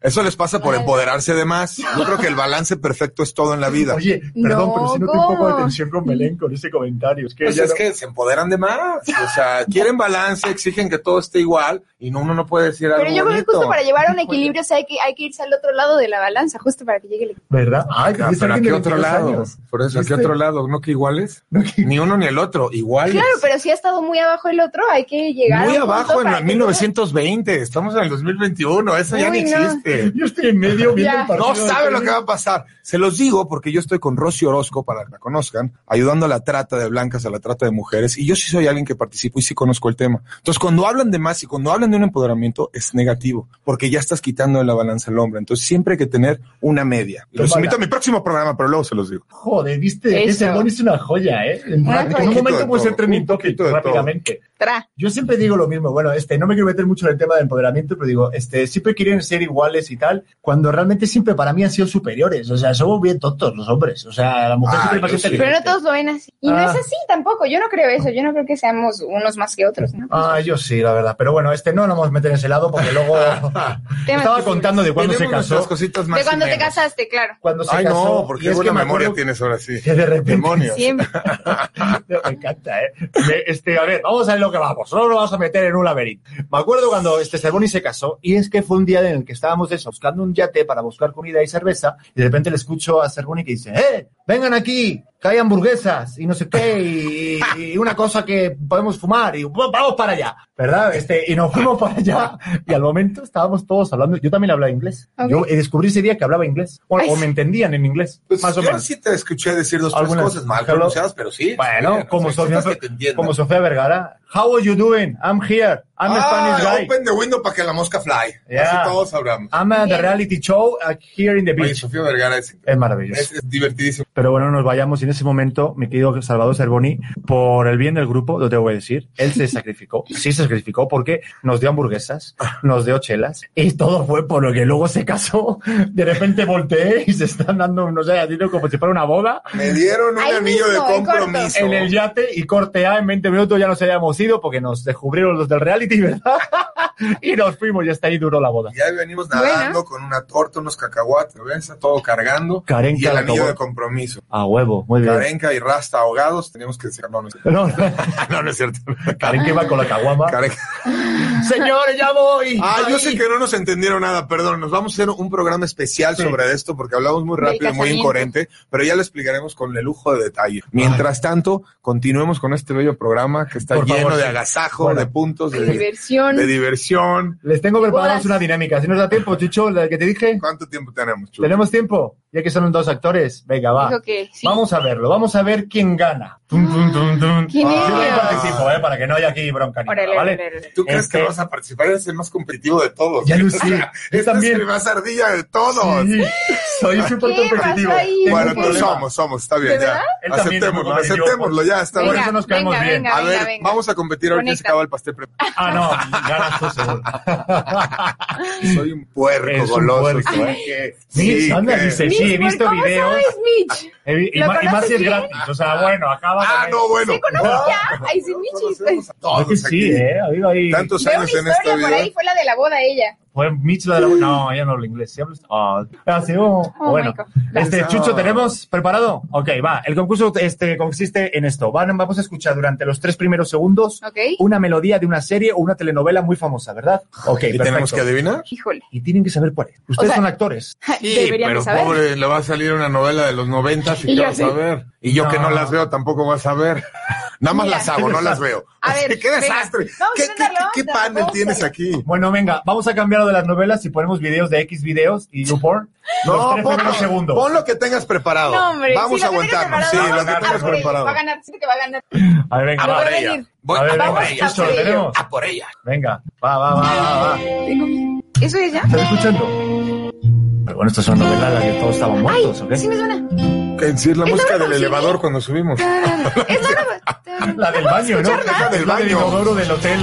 S13: Eso les pasa por empoderarse de más. Yo creo que el balance perfecto es todo en la vida.
S4: Oye, perdón,
S5: No,
S4: pero si noté un poco de
S5: ¿cómo?
S4: tensión con Belén con ese comentario. Es que,
S13: Pues
S4: ella
S13: es
S4: no-
S13: que se empoderan de más. O sea, quieren balance, exigen que todo esté igual y no, uno no puede decir algo
S5: Pero yo creo que
S13: bonito.
S5: justo para llevar a un equilibrio o sea, hay, que, hay que irse al otro lado de la balanza, justo para que llegue el equilibrio.
S4: ¿Verdad? Ay,
S13: Ah,
S4: es
S13: pero ¿a
S4: alguien de
S13: qué otro
S4: 22
S13: lado?
S4: años.
S13: Por eso, ¿a qué
S4: ¿Viste?
S13: otro lado? ¿No que iguales? Ni uno ni el otro, iguales.
S5: Claro, pero si ha estado muy abajo el otro, hay que llegar.
S13: Muy
S5: a un punto
S13: abajo en
S5: para
S13: el
S5: que-
S13: 1920, estamos en el 2021, eso ya
S5: Uy,
S13: ni
S5: no.
S13: existe.
S4: Yo estoy en medio viendo
S5: Ya.
S4: el partido.
S13: No sabe
S4: de
S13: lo que va a pasar. Se los digo porque yo estoy con Rosy Orozco, para que la conozcan, ayudando a la trata de blancas, a la trata de mujeres, y yo sí soy alguien que participo y sí conozco el tema. Entonces, cuando hablan de más y cuando hablan de un empoderamiento, es negativo, porque ya estás quitando de la balanza al hombre. Entonces, siempre hay que tener una media. Y Los
S4: Tómala.
S13: invito a mi próximo programa, pero luego se los digo.
S4: Joder, viste,
S5: Eso.
S4: ese gol es una joya, ¿eh? En,
S5: Una joya.
S4: en un
S13: Un poquito de
S4: momento puede
S13: todo,
S4: ser
S13: un
S4: trending topic
S13: poquito de todo.
S4: rápidamente.
S5: Tra.
S4: Yo siempre digo lo mismo, bueno, este, no me quiero meter mucho en el tema de empoderamiento, pero digo, este, siempre quieren ser iguales y tal, cuando realmente siempre para mí han sido superiores, o sea, somos bien tontos los hombres, o sea, la mujer
S13: Ah,
S4: siempre es
S13: yo
S4: más
S13: sí.
S4: inteligente.
S5: Pero no todos lo ven así. Y
S4: Ah.
S5: no es así tampoco. Yo no creo eso. Yo no creo que seamos unos más que otros. ¿no?
S4: Ah, yo sí, la verdad. Pero bueno, este no nos vamos a meter en ese lado porque luego estaba
S5: difíciles.
S4: contando de cuando se
S13: Tenemos nuestras
S4: casó.
S13: cositas más
S5: De
S13: y
S5: cuando te
S13: menos.
S5: casaste, claro.
S4: Cuando se
S13: Ay,
S4: casó.
S13: no,
S4: y
S13: porque
S4: es
S13: buena
S4: que me acuerdo
S13: memoria tienes ahora sí.
S4: que de repente-
S13: Demonios.
S5: Siempre.
S4: Me encanta, ¿eh? Me- este, a ver, vamos a ver lo que vamos. No nos vamos a meter en un laberinto. Me acuerdo cuando este Cervoni se casó y es que fue un día en el que estábamos eso, buscando un yate para buscar comida y cerveza y de repente le escucho a Cervoni que dice, ¡eh! ¡Vengan aquí! Que hay hamburguesas y no sé qué y, y una cosa que podemos fumar y "Va- vamos para allá, ¿verdad? Este, y nos fuimos para allá y al momento estábamos todos hablando. Yo también hablaba inglés.
S5: Ok.
S4: Yo eh, descubrí ese día que hablaba inglés. Bueno,
S5: Ay,
S4: o me entendían en inglés.
S13: Pues
S4: más o
S13: yo
S4: menos.
S13: sí te escuché decir dos tres
S4: Algunas.
S13: cosas mal
S4: Hello.
S13: pronunciadas, pero sí.
S4: Bueno,
S13: Bien,
S4: como,
S13: o sea,
S4: Sofía,
S13: cosas que te entiendan.
S4: como Sofía Vergara. How are you doing? I'm here. I'm a
S13: ah,
S4: Spanish guy.
S13: Open the window para que la mosca fly.
S4: Yeah.
S13: Así todos hablamos.
S4: I'm at the reality show uh, here in the
S13: Oye,
S4: beach.
S13: Sofía Vergara es,
S4: Es maravilloso.
S13: es- es divertidísimo.
S4: Pero bueno, nos vayamos y en ese momento, mi querido Salvador Cervoni, por el bien del grupo, lo tengo que decir, él se sacrificó, sí se sacrificó porque nos dio hamburguesas, nos dio chelas y todo fue por lo que luego se casó. De repente volteé y se están dando, no sé, haciendo como si fuera una boda.
S13: Me dieron un
S5: Ahí
S13: anillo
S5: mismo,
S13: de
S5: en corto.
S13: compromiso.
S4: en el yate y corte A en 20 minutos ya nos habíamos ido porque nos descubrieron los del reality, ¿verdad? y nos fuimos, ya está ahí duró la boda.
S13: Y ahí venimos nadando con una torta, unos cacahuates, ¿ves? Todo cargando.
S4: Carenca
S13: y el
S4: la
S13: anillo
S4: acabó.
S13: de compromiso.
S4: A huevo, muy bien.
S13: Carenca y Rasta ahogados, teníamos que decir, no, no es cierto.
S4: No,
S13: no, no es cierto.
S4: Carenca iba con la caguama.
S13: Carenca.
S4: Señores, ya voy.
S13: Ah, yo sé que no nos entendieron nada, perdón. Nos vamos a hacer un programa especial sobre esto porque hablamos muy
S4: Del
S13: rápido, y muy
S4: casamiento.
S13: incoherente, pero ya lo explicaremos con el lujo de detalle. Mientras tanto, continuemos con este bello programa que está
S4: Por
S13: lleno
S4: favor,
S13: de
S4: sí.
S13: agasajo,
S4: Bueno.
S13: de puntos, de,
S4: De diversión.
S13: de diversión.
S4: Les tengo preparados una dinámica. Si nos da tiempo, Chicho, la que te dije.
S13: ¿Cuánto tiempo tenemos, Chuy?
S4: ¿Tenemos tiempo? Ya que son dos actores. Venga, va.
S5: Dijo que sí.
S4: Ah, Vamos a verlo. Vamos a ver quién gana. Tum, tum, tum, tum.
S5: ¿Quién
S4: Ah,
S5: es?
S4: Yo también participo, eh, para que no haya aquí bronca. ni
S5: Órale,
S4: nada, ¿vale?
S5: órale, órale.
S13: ¿Tú crees que
S4: Este-
S13: vas a participar? Eres el más competitivo de todos.
S4: Ya lo
S13: O
S4: sé.
S13: sea,
S4: Yo
S13: este
S4: también.
S13: es el más ardilla de todos.
S4: Sí, soy súper
S5: ¿Qué
S4: competitivo.
S5: pasó ahí?
S4: Tengo
S13: Bueno,
S4: un
S13: pues
S4: problema.
S13: somos, somos, está bien,
S5: ¿De
S13: ya.
S5: verdad?
S4: Él también es muy
S13: Aceptémoslo,
S4: competitivo,
S13: aceptémoslo, ya, está
S4: Por
S13: bueno.
S5: Venga,
S4: eso nos caemos
S5: venga,
S4: bien.
S5: venga.
S13: a ver, vamos a competir ahorita que se
S5: Conecta.
S13: acaba el pastel preparado.
S4: Ah, no, ganas tú seguro.
S13: Soy un puerco
S4: Es un
S13: goloso.
S4: puerco,
S13: sí,
S4: ¿eh?
S13: que-
S4: Mitch,
S13: sí,
S4: anda,
S13: que-
S4: dice, sí, he
S5: Mitch,
S4: visto
S5: ¿cómo
S4: videos.
S5: sabes, Mitch?
S4: he vi- Y,
S5: ¿Lo
S4: ma- y más si es
S5: conoces bien?
S4: gratis. O sea, bueno, acaba
S13: Ah,
S4: con
S13: no,
S4: él.
S13: bueno.
S5: ¿Sí conoces ya? Ay, sí, Michi.
S13: Conocemos a todos
S4: Es que sí,
S13: aquí.
S4: eh, ha habido ahí.
S13: Tantos
S5: Veo una
S13: años en este esta
S5: historia por
S13: vida.
S5: ahí, fue la de la boda ella.
S4: Fue Mitch la de la... No, ya no hablo inglés. ¿Sí hablas? Ah, así, oh,
S5: Oh,
S4: bueno,
S5: my God.
S4: este,
S13: Pensaba.
S4: Chucho, ¿tenemos preparado? Ok, va. El concurso este, consiste en esto. Van, vamos a escuchar durante los tres primeros segundos
S5: Ok.
S4: una melodía de una serie o una telenovela muy famosa, ¿verdad? Ok,
S13: ¿Y
S4: perfecto.
S13: tenemos que adivinar?
S5: Híjole.
S4: Y tienen que saber cuál es. Ustedes
S5: sea,
S4: son actores.
S5: Deberían de
S13: pero
S5: saber.
S13: pobre, le va a salir una novela de los noventas y,
S5: Y
S13: qué
S5: yo
S13: vas
S5: sí.
S13: a ver. Y yo que
S4: No.
S13: no las veo tampoco vas a ver. Nada más
S5: Mira.
S13: las hago, no las veo.
S5: A ver,
S13: qué
S5: venga.
S13: desastre.
S5: Vamos
S13: ¿Qué,
S5: a
S13: qué,
S5: darle onda,
S13: qué panel
S5: vamos a
S13: tienes
S5: darle.
S13: aquí?
S4: Bueno, venga, vamos a cambiar lo de las novelas y ponemos videos de X videos y YouPorn. los tres primeros segundos.
S13: pon lo que tengas preparado.
S5: No, hombre.
S13: Vamos
S5: sí,
S13: a
S5: lo que tengas
S13: aguantarnos. Sí,
S5: preparado,
S13: lo
S5: vamos
S13: que
S5: a
S13: tengas
S5: por él.
S13: preparado.
S5: Va a ganar, sí que va a ganar.
S4: A ver, venga,
S5: A
S4: va.
S5: ver, venir.
S13: Ah, Voy ah,
S4: A ver,
S13: a por
S4: venga,
S13: ella.
S4: Chucho, lo
S5: ello.
S4: tenemos.
S13: A por ella.
S4: Venga, va, va, va, va, va.
S5: Tengo miedo. ¿Eso es ya?
S4: ¿Estás escuchando? Pero bueno, esta es una novela en la que todos estaban
S5: Ay,
S4: muertos, ¿ok?
S5: sí me suena.
S13: Que sí, Es
S5: Estaba
S13: la música del
S5: consciente.
S13: elevador cuando subimos.
S5: Es la nueva.
S4: La del baño, ¿no?
S5: escuchar nada.
S4: La del
S13: La
S4: baño.
S13: del
S4: del inodoro del hotel.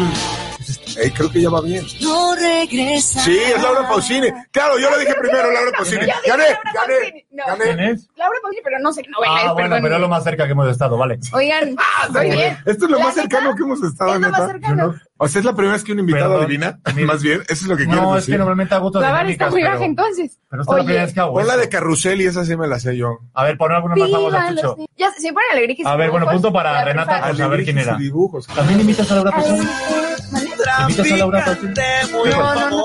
S13: Ey, creo que ya va bien. Sí, es Laura Pausini. Claro, yo lo dije primero, Laura Pausini.
S5: Yo dije
S13: Gané,
S5: Laura
S13: gané,
S5: Pausini. No.
S4: ¿Quién
S13: gané.
S4: es?
S5: Laura Pausini, pero no sé qué novela
S4: Ah,
S5: es,
S4: bueno,
S5: Pues, perdón.
S4: pero Ah, es lo más cerca que hemos estado, vale.
S5: Oigan,
S13: Ah,
S5: muy bien.
S13: Esto es lo
S5: La
S13: más cercano
S5: neta,
S13: que hemos estado,
S5: es lo más
S13: neta.
S5: cercano.
S13: O sea, es la primera vez que un invitado
S4: Perdón.
S13: adivina,
S4: Mira.
S13: más bien. Eso es lo que quieres
S4: No, es
S13: decir.
S4: que normalmente hago otras
S5: La vara está
S4: dinámicas,
S5: muy
S4: pero,
S5: baja entonces.
S4: pero esta es la primera vez que hago
S13: Pon la
S4: esto.
S13: de carrusel y esa sí me la sé yo.
S4: A ver, pon alguna más famosa,
S5: Viva los
S4: Chucho.
S5: niños. Ya, se pone alegría que
S4: A
S5: se
S4: ver, bueno,
S5: pongan
S4: punto para
S5: cosas.
S4: Renata.
S5: Perfecto.
S4: Vamos a ver quién era.
S13: Sus dibujos.
S4: ¿También invitas a Laura Pausini? ¿Invitas a Laura Pausini?
S5: No, no, no.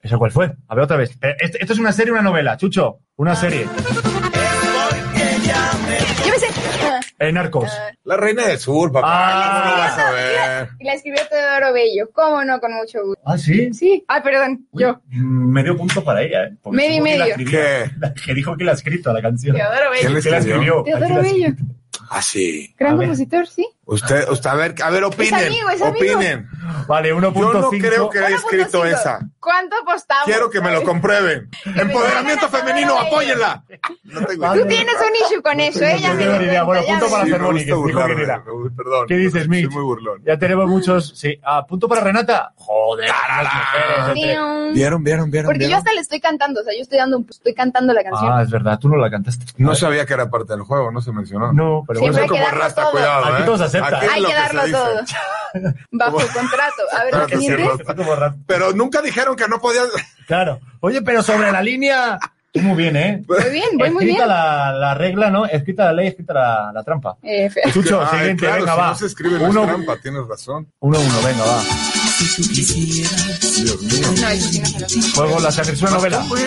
S4: ¿Eso cuál fue? A ver, otra vez. Eh, ¿Esto, esto es una serie o una novela, Chucho?
S5: Ah.
S4: Una serie.
S5: Yo me sé. Ah,
S4: Eh, Narcos.
S13: La reina del sur, papá.
S4: Ah.
S13: ¿Cómo no vas a ver?
S5: Y la escribió Teodoro Bello. ¿Cómo no? Con mucho gusto.
S4: ¿Ah, sí?
S5: Sí. Ah, perdón. Yo.
S4: Mm, Medio punto para ella, ¿eh? Porque
S5: Medio y
S4: supongo que la
S5: medio.
S4: escribió. Que dijo que la ha escrito a la canción.
S5: Teodoro
S13: ¿Quién
S5: Bello.
S13: le
S4: Que la escribió.
S13: escribió?
S4: Aquí
S5: Teodoro
S4: la
S5: Bello.
S13: Ah, sí.
S5: Gran
S4: A ver.
S5: compositor, sí.
S13: Usted, usted, a ver, a ver, opinen.
S5: amigo, es amigo.
S13: opinen.
S4: Vale, 1.5.
S13: Yo no creo que haya escrito
S5: 1.5.
S13: esa.
S5: ¿Cuánto apostamos?
S13: Quiero que me lo comprueben. Empoderamiento femenino, apóyenla. No tengo
S4: Tú
S5: Tú tienes un issue con eso, ¿eh? Ya
S4: No
S5: me
S4: tengo
S5: di
S4: ni
S5: cuenta,
S4: idea. Bueno,
S5: ya
S4: punto
S5: me
S4: para
S5: di
S4: hacer-
S13: me gusta
S4: Dijo quién
S13: burlarme,
S4: era.
S13: me gusta- Perdón.
S4: ¿Qué dices, Mitch?
S13: Soy muy burlón.
S4: Ya tenemos muchos. Sí. Ah, punto para Renata. Joder. las mujeres, hombre.
S5: cuenta.
S13: ¿Vieron, vieron, vieron?
S5: Porque yo
S13: vieron?
S5: hasta le estoy cantando, o sea, yo estoy dando, un- estoy cantando la canción.
S4: Ah, es verdad. Tú no la cantaste.
S13: No sabía que era parte del juego, no se mencionó.
S4: No, pero bueno.
S13: No soy
S5: Siempre hay que
S13: como
S5: darlo
S13: rasta,
S5: todo.
S13: cuidado.
S4: Aquí
S13: ¿eh?
S4: todos aceptan.
S13: Aquí es
S5: Hay
S13: lo
S5: que
S13: se
S5: darlo
S13: dice.
S5: todo. Bajo
S13: ¿Cómo?
S5: contrato. A ver,
S13: Claro
S5: ¿la
S13: que sí,
S5: siguiente?
S13: Rosa. Pero nunca dijeron que no podías.
S4: Claro. Oye, pero sobre la línea. Tú muy bien, ¿eh?
S5: Muy bien, voy muy
S4: escrita
S5: bien.
S4: La, la regla, ¿no? Escrita la ley, escrita la, la trampa.
S5: Eh, fe-
S4: Pues, Chucho,
S13: Ay,
S4: siguiente,
S13: Ah, claro,
S4: venga,
S13: si
S4: va.
S13: No se escribe no
S4: uno,
S13: es trampa, tienes razón.
S4: uno, uno, venga, va.
S13: Dios mío.
S5: No, eso sí no se lo sé.
S4: Juego la serie, es una novela.
S5: Pues,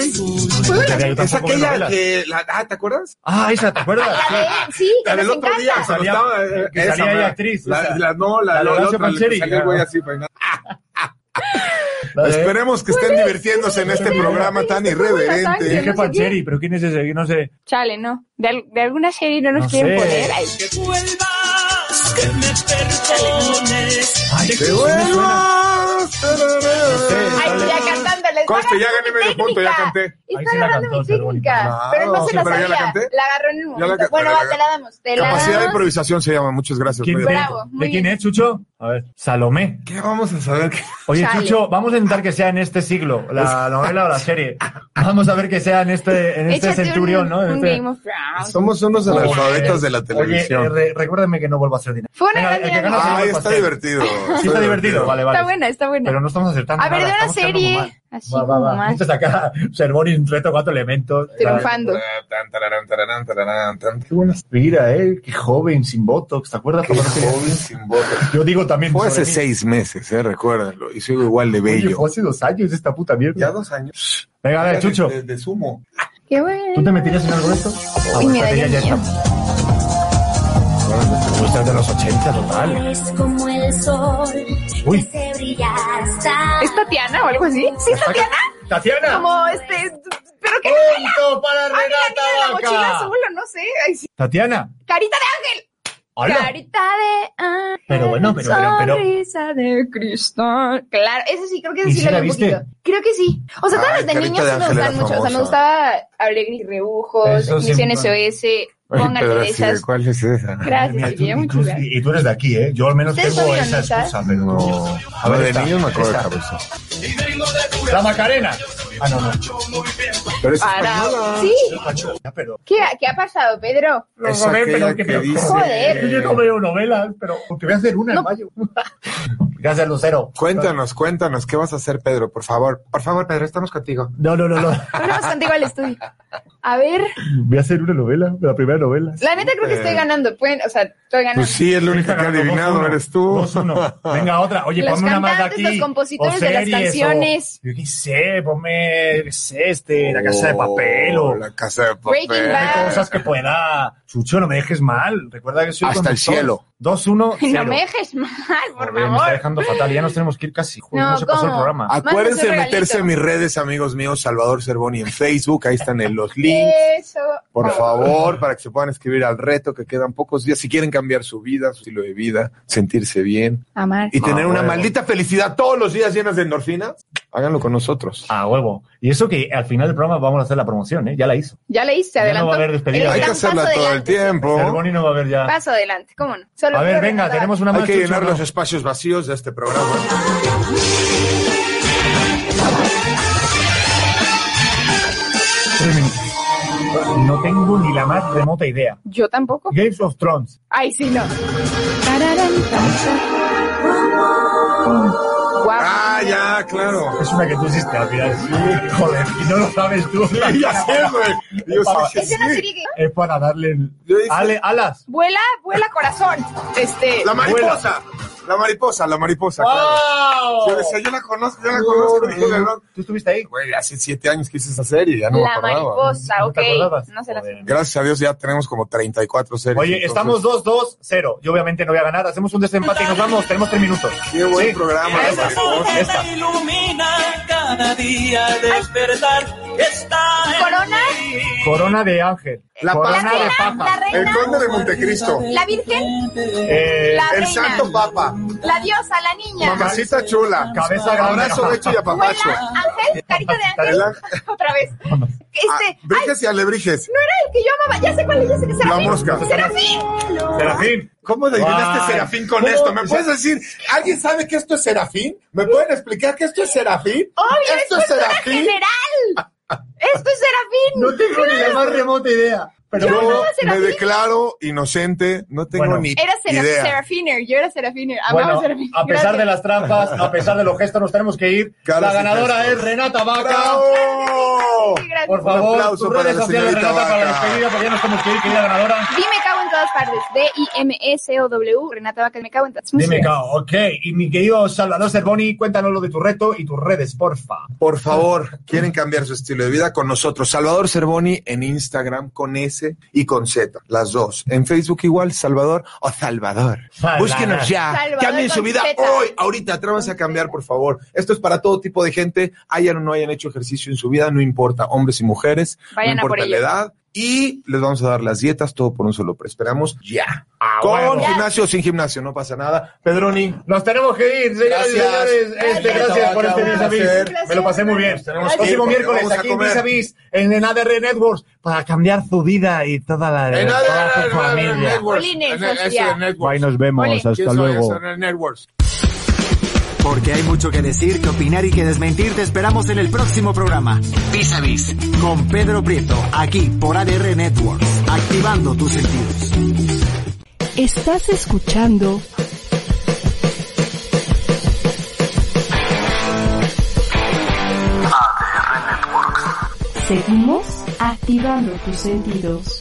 S13: Es aquella
S4: que...
S13: que. la- ah, ¿te acuerdas?
S4: Ah, esa, ¿te acuerdas?
S5: La de- eh, Sí, que
S13: La del
S5: nos
S13: otro día,
S5: encanta.
S13: cuando
S4: Salía-
S13: estaba. eh,
S4: que salía
S13: esa,
S4: ahí
S13: la-
S4: actriz, esa.
S13: La, la-
S4: La
S13: no, la,
S4: de
S13: la, la
S4: Horacio
S13: otra, la que
S4: Pancheri,
S13: salía el güey
S4: claro.
S13: así, peinado.
S4: La de-
S13: Esperemos
S5: Pues
S13: que estén divirtiéndose en este programa tan
S4: Dije
S13: irreverente.
S5: no sé
S4: Pancheri, pero ¿quién es ese? No sé.
S5: Chale, no. De, al- de alguna serie no nos
S4: No
S5: quieren
S4: sé.
S5: poner. Ay,
S13: ¡Te vuelvas!
S5: ay, ya cantándoles.
S13: Con ganaste, ya gané medio punto, ya canté.
S5: Está agarrando mi técnica. Pero no se la
S13: pero ya la
S5: sabía.
S13: canté.
S5: La agarró en un
S13: Ya la
S5: momento.
S13: ca-
S5: Bueno,
S13: pero
S5: va,
S13: la-
S5: te la damos. Te la
S13: Capacidad de
S5: damos.
S13: improvisación se llama. Muchas gracias.
S4: ¿Quién-
S13: medio
S5: Bravo,
S13: punto.
S5: muy
S4: ¿De quién
S5: bien.
S4: es, Chucho? A ver, Salomé.
S13: ¿Qué vamos a saber?
S4: Oye,
S5: Chale.
S4: Chucho, vamos a intentar que sea en este siglo, la novela o la serie. Vamos a ver que sea en este, en este
S5: Échate un-
S4: centurión, ¿no? En
S5: Un
S4: este-
S5: Game of Thrones.
S13: Somos unos analfabetos de la
S4: Oye,
S13: televisión.
S4: eh, re- recuérdame que no vuelvo a hacer dinero.
S5: Fue una
S4: Venga,
S5: gran
S4: el que gana
S5: idea.
S4: se lleva
S13: Ay,
S4: el
S13: está
S4: pastel.
S13: divertido.
S4: Sí, está divertido, vale, vale.
S5: Está buena, está buena.
S4: Pero no estamos acertando.
S5: A ver,
S4: nada,
S5: de una
S4: estamos quedando muy mal.
S5: serie. Así
S4: Va, va,
S5: como
S4: va.
S5: más.
S4: Vamos a sacar Servonis, reto, cuatro elementos.
S5: Triunfando.
S13: Tan, tararán, tararán, tararán, tan.
S4: Qué buena aspira, ¿eh? Qué joven, sin botox, ¿te acuerdas?
S13: Qué
S4: Cuando no tenía-
S13: joven sin voz.
S4: Yo digo también.
S13: Fue hace
S4: sobre mí.
S13: seis meses, eh, recuérdenlo. Y sigo igual de
S4: Oye,
S13: bello.
S4: fue hace dos años esta puta mierda.
S13: Ya dos años.
S4: Venga, a ver,
S13: De-
S4: Chucho.
S13: De, de sumo.
S5: Qué bueno.
S4: ¿Tú te meterías en algo de esto? Ah,
S5: Uy,
S4: bueno,
S5: me
S4: espérate,
S5: daría
S4: ya, ya
S5: miedo.
S4: estamos. Bueno, te gustan de los 80, total.
S17: Es como el sol
S4: Uy.
S17: se brilla hasta
S5: ¿Es Tatiana o algo así? ¿Sí es Tatiana?
S4: ¡Tatiana!
S5: Como este. ¿Pero qué?
S4: ¡Punto para
S5: Ah, mira,
S4: Renata
S5: tiene la
S4: Vaca!
S5: mochila azul, o no sé. Ay, sí.
S4: ¡Tatiana!
S5: Carita de ángel.
S4: ¡Hola!
S5: Carita de ángel.
S4: Pero bueno, pero- pero- pero-
S5: Sonrisa de cristal. Claro, eso sí, creo que eso
S4: ¿Y
S5: sí
S4: si
S5: lo
S4: la
S5: vi un
S4: viste?
S5: poquito. Creo que sí. O sea, todas
S13: Ay,
S5: las de
S13: Carita
S5: niños
S13: de
S5: sí me
S13: Ángel era
S5: gustan mucho. O sea, me
S13: famosa.
S5: gustaba Alegre y Rebujos,
S4: Eso sí,
S5: Misión
S4: bueno.
S5: SOS,
S13: Oye,
S5: Póngate
S13: pero
S5: de
S13: así de,
S5: esas.
S13: ¿Cuál es esa?
S4: Mira,
S5: Gracias,
S4: tú-
S5: Silvia,
S4: y, tú,
S5: muchas gracias.
S4: y tú eres de aquí, ¿eh? Yo al menos
S5: Ustedes
S4: tengo
S5: son
S4: esa
S5: guionistas.
S4: excusa, pero...
S13: No.
S4: A ver,
S13: de
S4: esta,
S13: niños me acuerdo de
S4: esta.
S13: cabeza.
S4: ¡La Macarena! Ah, no, no.
S13: Pero es
S5: Para. Sí.
S4: Ya, pero...
S5: ¿Qué, ¿Qué ha pasado, Pedro?
S13: Es aquella que dice...
S5: Joder.
S4: Yo no veo novelas, pero te voy a hacer una
S5: No.
S4: en mayo. Gracias, Lucero.
S13: Cuéntanos, cuéntanos, ¿qué vas a hacer, Pedro? Por favor, por favor, Pedro, estamos contigo.
S4: No, no, no, no.
S5: Volvemos contigo al estudio. A ver,
S4: Voy a hacer una novela, la primera novela.
S5: la neta creo que estoy ganando. Pueden, o sea, estoy ganando.
S13: Pues sí, es la única que ha adivinado, eres tú.
S4: 2-1. Venga, otra. Oye,
S5: Los
S4: ponme una más de
S5: cantantes,
S4: aquí.
S5: los compositores de las canciones.
S4: o- yo qué sé, ponme yo qué sé, este, la casa de papel o
S13: Oh, La casa de papel.
S5: Breaking Bad.
S4: cosas que pueda. Chucho, no me dejes mal. Recuerda que soy
S13: Hasta el
S4: conductor.
S13: cielo.
S4: 2-1.
S5: No
S4: cero.
S5: me dejes mal, por
S4: Joder, Me está
S5: favor.
S4: dejando fatal. Ya nos tenemos que ir casi. Joder,
S5: No,
S4: no, se pasó el
S5: ¿cómo?
S4: programa.
S13: Acuérdense de
S5: Mándanos un
S13: meterse en mis
S5: regalito.
S13: redes, amigos míos, Salvador Cervoni en Facebook. Ahí están en los links.
S5: Eso.
S13: Por favor, para que se puedan escribir al reto, que quedan pocos días. Si quieren cambiar su vida, su estilo de vida, sentirse bien
S5: Amar.
S13: y tener una
S4: bueno.
S13: maldita felicidad todos los días llenas de endorfinas, háganlo con nosotros.
S4: A huevo. Y eso que al final del programa vamos a hacer la promoción, ¿eh? Ya la hizo.
S5: Ya le hice,
S4: Ya no
S5: adelantó.
S4: va a haber despedida.
S5: El
S13: Hay
S5: gran
S13: que hacerla
S5: paso
S13: todo el
S5: adelante.
S13: tiempo.
S4: Cervoni no va a haber ya.
S5: Paso adelante, cómo no. Solo
S4: A ver,
S5: quiero
S4: venga,
S5: recordar.
S4: tenemos una más.
S13: Hay que
S4: Chucho,
S13: llenar
S4: ¿no?
S13: los espacios vacíos de este programa.
S4: Tres minutos. No tengo ni la más remota idea.
S5: Yo tampoco.
S4: Games of Thrones.
S5: Ay, sí, no. Tararán, tararán. Guau.
S13: Ah, ya, claro.
S4: Es una que tú hiciste al final. Sí, joder, y no lo sabes tú.
S13: Ya sé, güey. Yo
S5: Es
S13: sí dije,
S5: una
S13: sí.
S5: serie que
S4: Es para darle el-
S13: Yo dije-
S4: Ale- alas.
S5: vuela, vuela corazón. Este.
S13: La mariposa. La mariposa, la mariposa. claro. Yo decía, yo la conozco, yo la conozco. dije, "No".
S4: ¿Tú estuviste ahí?
S13: Güey, hace siete años que hice esa serie, ya no me
S5: La
S13: acordaba.
S5: mariposa,
S4: ¿No
S5: ok.
S4: te acordabas?
S5: No se la
S4: Joder.
S13: Gracias a Dios ya tenemos como 34 series.
S4: Oye,
S13: entonces-
S4: estamos 2-2-0. Yo obviamente no voy a ganar. Hacemos un desempate y nos vamos. Tenemos tres minutos.
S13: Qué buen
S4: Sí.
S13: programa. la
S4: Esta,
S13: mariposa.
S4: esta.
S1: me ilumina cada día al despertar. Está en
S5: Corona.
S1: mí.
S4: Corona de ángel.
S13: La
S4: corona
S13: papa.
S5: La
S4: de papa.
S13: El
S5: reina,
S13: conde de Montecristo.
S5: la virgen,
S4: Eh,
S5: la
S13: El
S5: reina,
S13: santo papa.
S5: la diosa, la niña,
S13: Mamacita chula.
S4: Cabeza grande.
S13: Abrazo hecho y
S5: vuela,
S13: apapacho.
S5: ángel, carita de ángel.
S13: El
S5: Otra vez. Este, ay,
S13: Briges y alebrijes.
S5: no era el que yo amaba. Ya sé cuál es, ya sé que es
S13: Ah. La
S5: Serafín.
S13: mosca.
S5: Serafín.
S4: Serafín.
S13: ¿Cómo
S4: Ay.
S13: adivinaste Serafín con
S4: ¿Cómo?
S13: esto? ¿Me puedes decir? ¿Alguien sabe que esto es Serafín? ¿Me pueden explicar que esto es Serafín?
S5: Obvio,
S13: ¿Esto
S5: es
S13: es
S5: cultura
S13: Serafín?
S5: general. Esto es Serafín.
S4: No tengo ni la más remota idea. Pero
S5: Yo
S4: bueno.
S13: Yo
S5: amaba
S13: me
S5: Serafín.
S13: declaro inocente, no tengo
S4: Bueno.
S13: ni
S5: Era Sera-
S13: idea.
S5: Serafiner, yo era Serafiner. Amaba
S4: Bueno,
S5: Serafín.
S4: a pesar
S5: Gracias.
S4: de las trampas, a pesar de los gestos, nos tenemos que ir.
S13: Caras
S4: la
S13: y
S4: ganadora
S13: gestos.
S4: es Renata Vaca.
S13: ¡Bravo!
S5: Sí, gracias.
S4: Por
S13: Un
S4: favor,
S13: aplauso
S4: tus
S13: para
S4: redes
S13: la
S4: sociales,
S13: señorita
S4: Renata, para la
S13: Vaca.
S4: despedida, porque ya nos tenemos que ir, querida ganadora.
S5: Dime cago en todas partes. D-I-M-S-O-W. Renata Vaca, me cago en todas partes.
S4: Dime, Cao. Ok, y mi querido Salvador Cervoni, cuéntanos lo de tu reto y tus redes, porfa.
S13: Por favor, quieren cambiar su estilo de vida con nosotros. Salvador Cervoni en Instagram con S y con Z, las dos. En Facebook igual, Salvador o Salvador.
S4: Salvador.
S13: Búsquenos ya.
S5: Salvador
S13: Cambien su
S5: con
S13: vida
S5: Z.
S13: hoy, ahorita. Atrévanse a cambiar, por favor. Esto es para todo tipo de gente, hayan o no hayan hecho ejercicio en su vida, no importa, hombres y mujeres,
S5: Vayan a
S13: no
S5: por
S13: importa la
S5: ello.
S13: edad. y les vamos a dar las dietas todo por un solo precio. Esperamos ya.
S4: Ah,
S13: Con
S5: bueno.
S13: gimnasio o sin gimnasio, no pasa nada. Pedroni.
S4: Nos tenemos que ir, señores y
S13: Gracias.
S4: señores. Este,
S13: Gracias,
S4: gracias por este
S13: Tabata,
S4: Vis
S13: un
S4: a Vis.
S13: placer.
S4: Me lo pasé muy bien.
S13: Nos tenemos que ir
S4: Próximo
S13: porque
S4: miércoles
S13: vamos a
S4: aquí en
S13: comer.
S4: Vis a Vis, en el ADR Networks, para cambiar tu vida y toda la de
S13: En
S4: toda tu
S13: ADR
S4: familia.
S13: Networks.
S5: Polines,
S13: En el-
S5: Sofía.
S13: eso de Networks.
S4: Ahí nos vemos.
S5: Polines.
S4: Hasta
S13: Eso,
S4: luego.
S13: eso, en el Networks.
S10: Porque hay mucho que decir, que opinar y que desmentir, te esperamos en el próximo programa. Vis a Vis, con Pedro Prieto, aquí por ADR Networks, activando tus sentidos.
S7: Estás escuchando
S10: ADR Networks.
S7: Seguimos activando tus sentidos.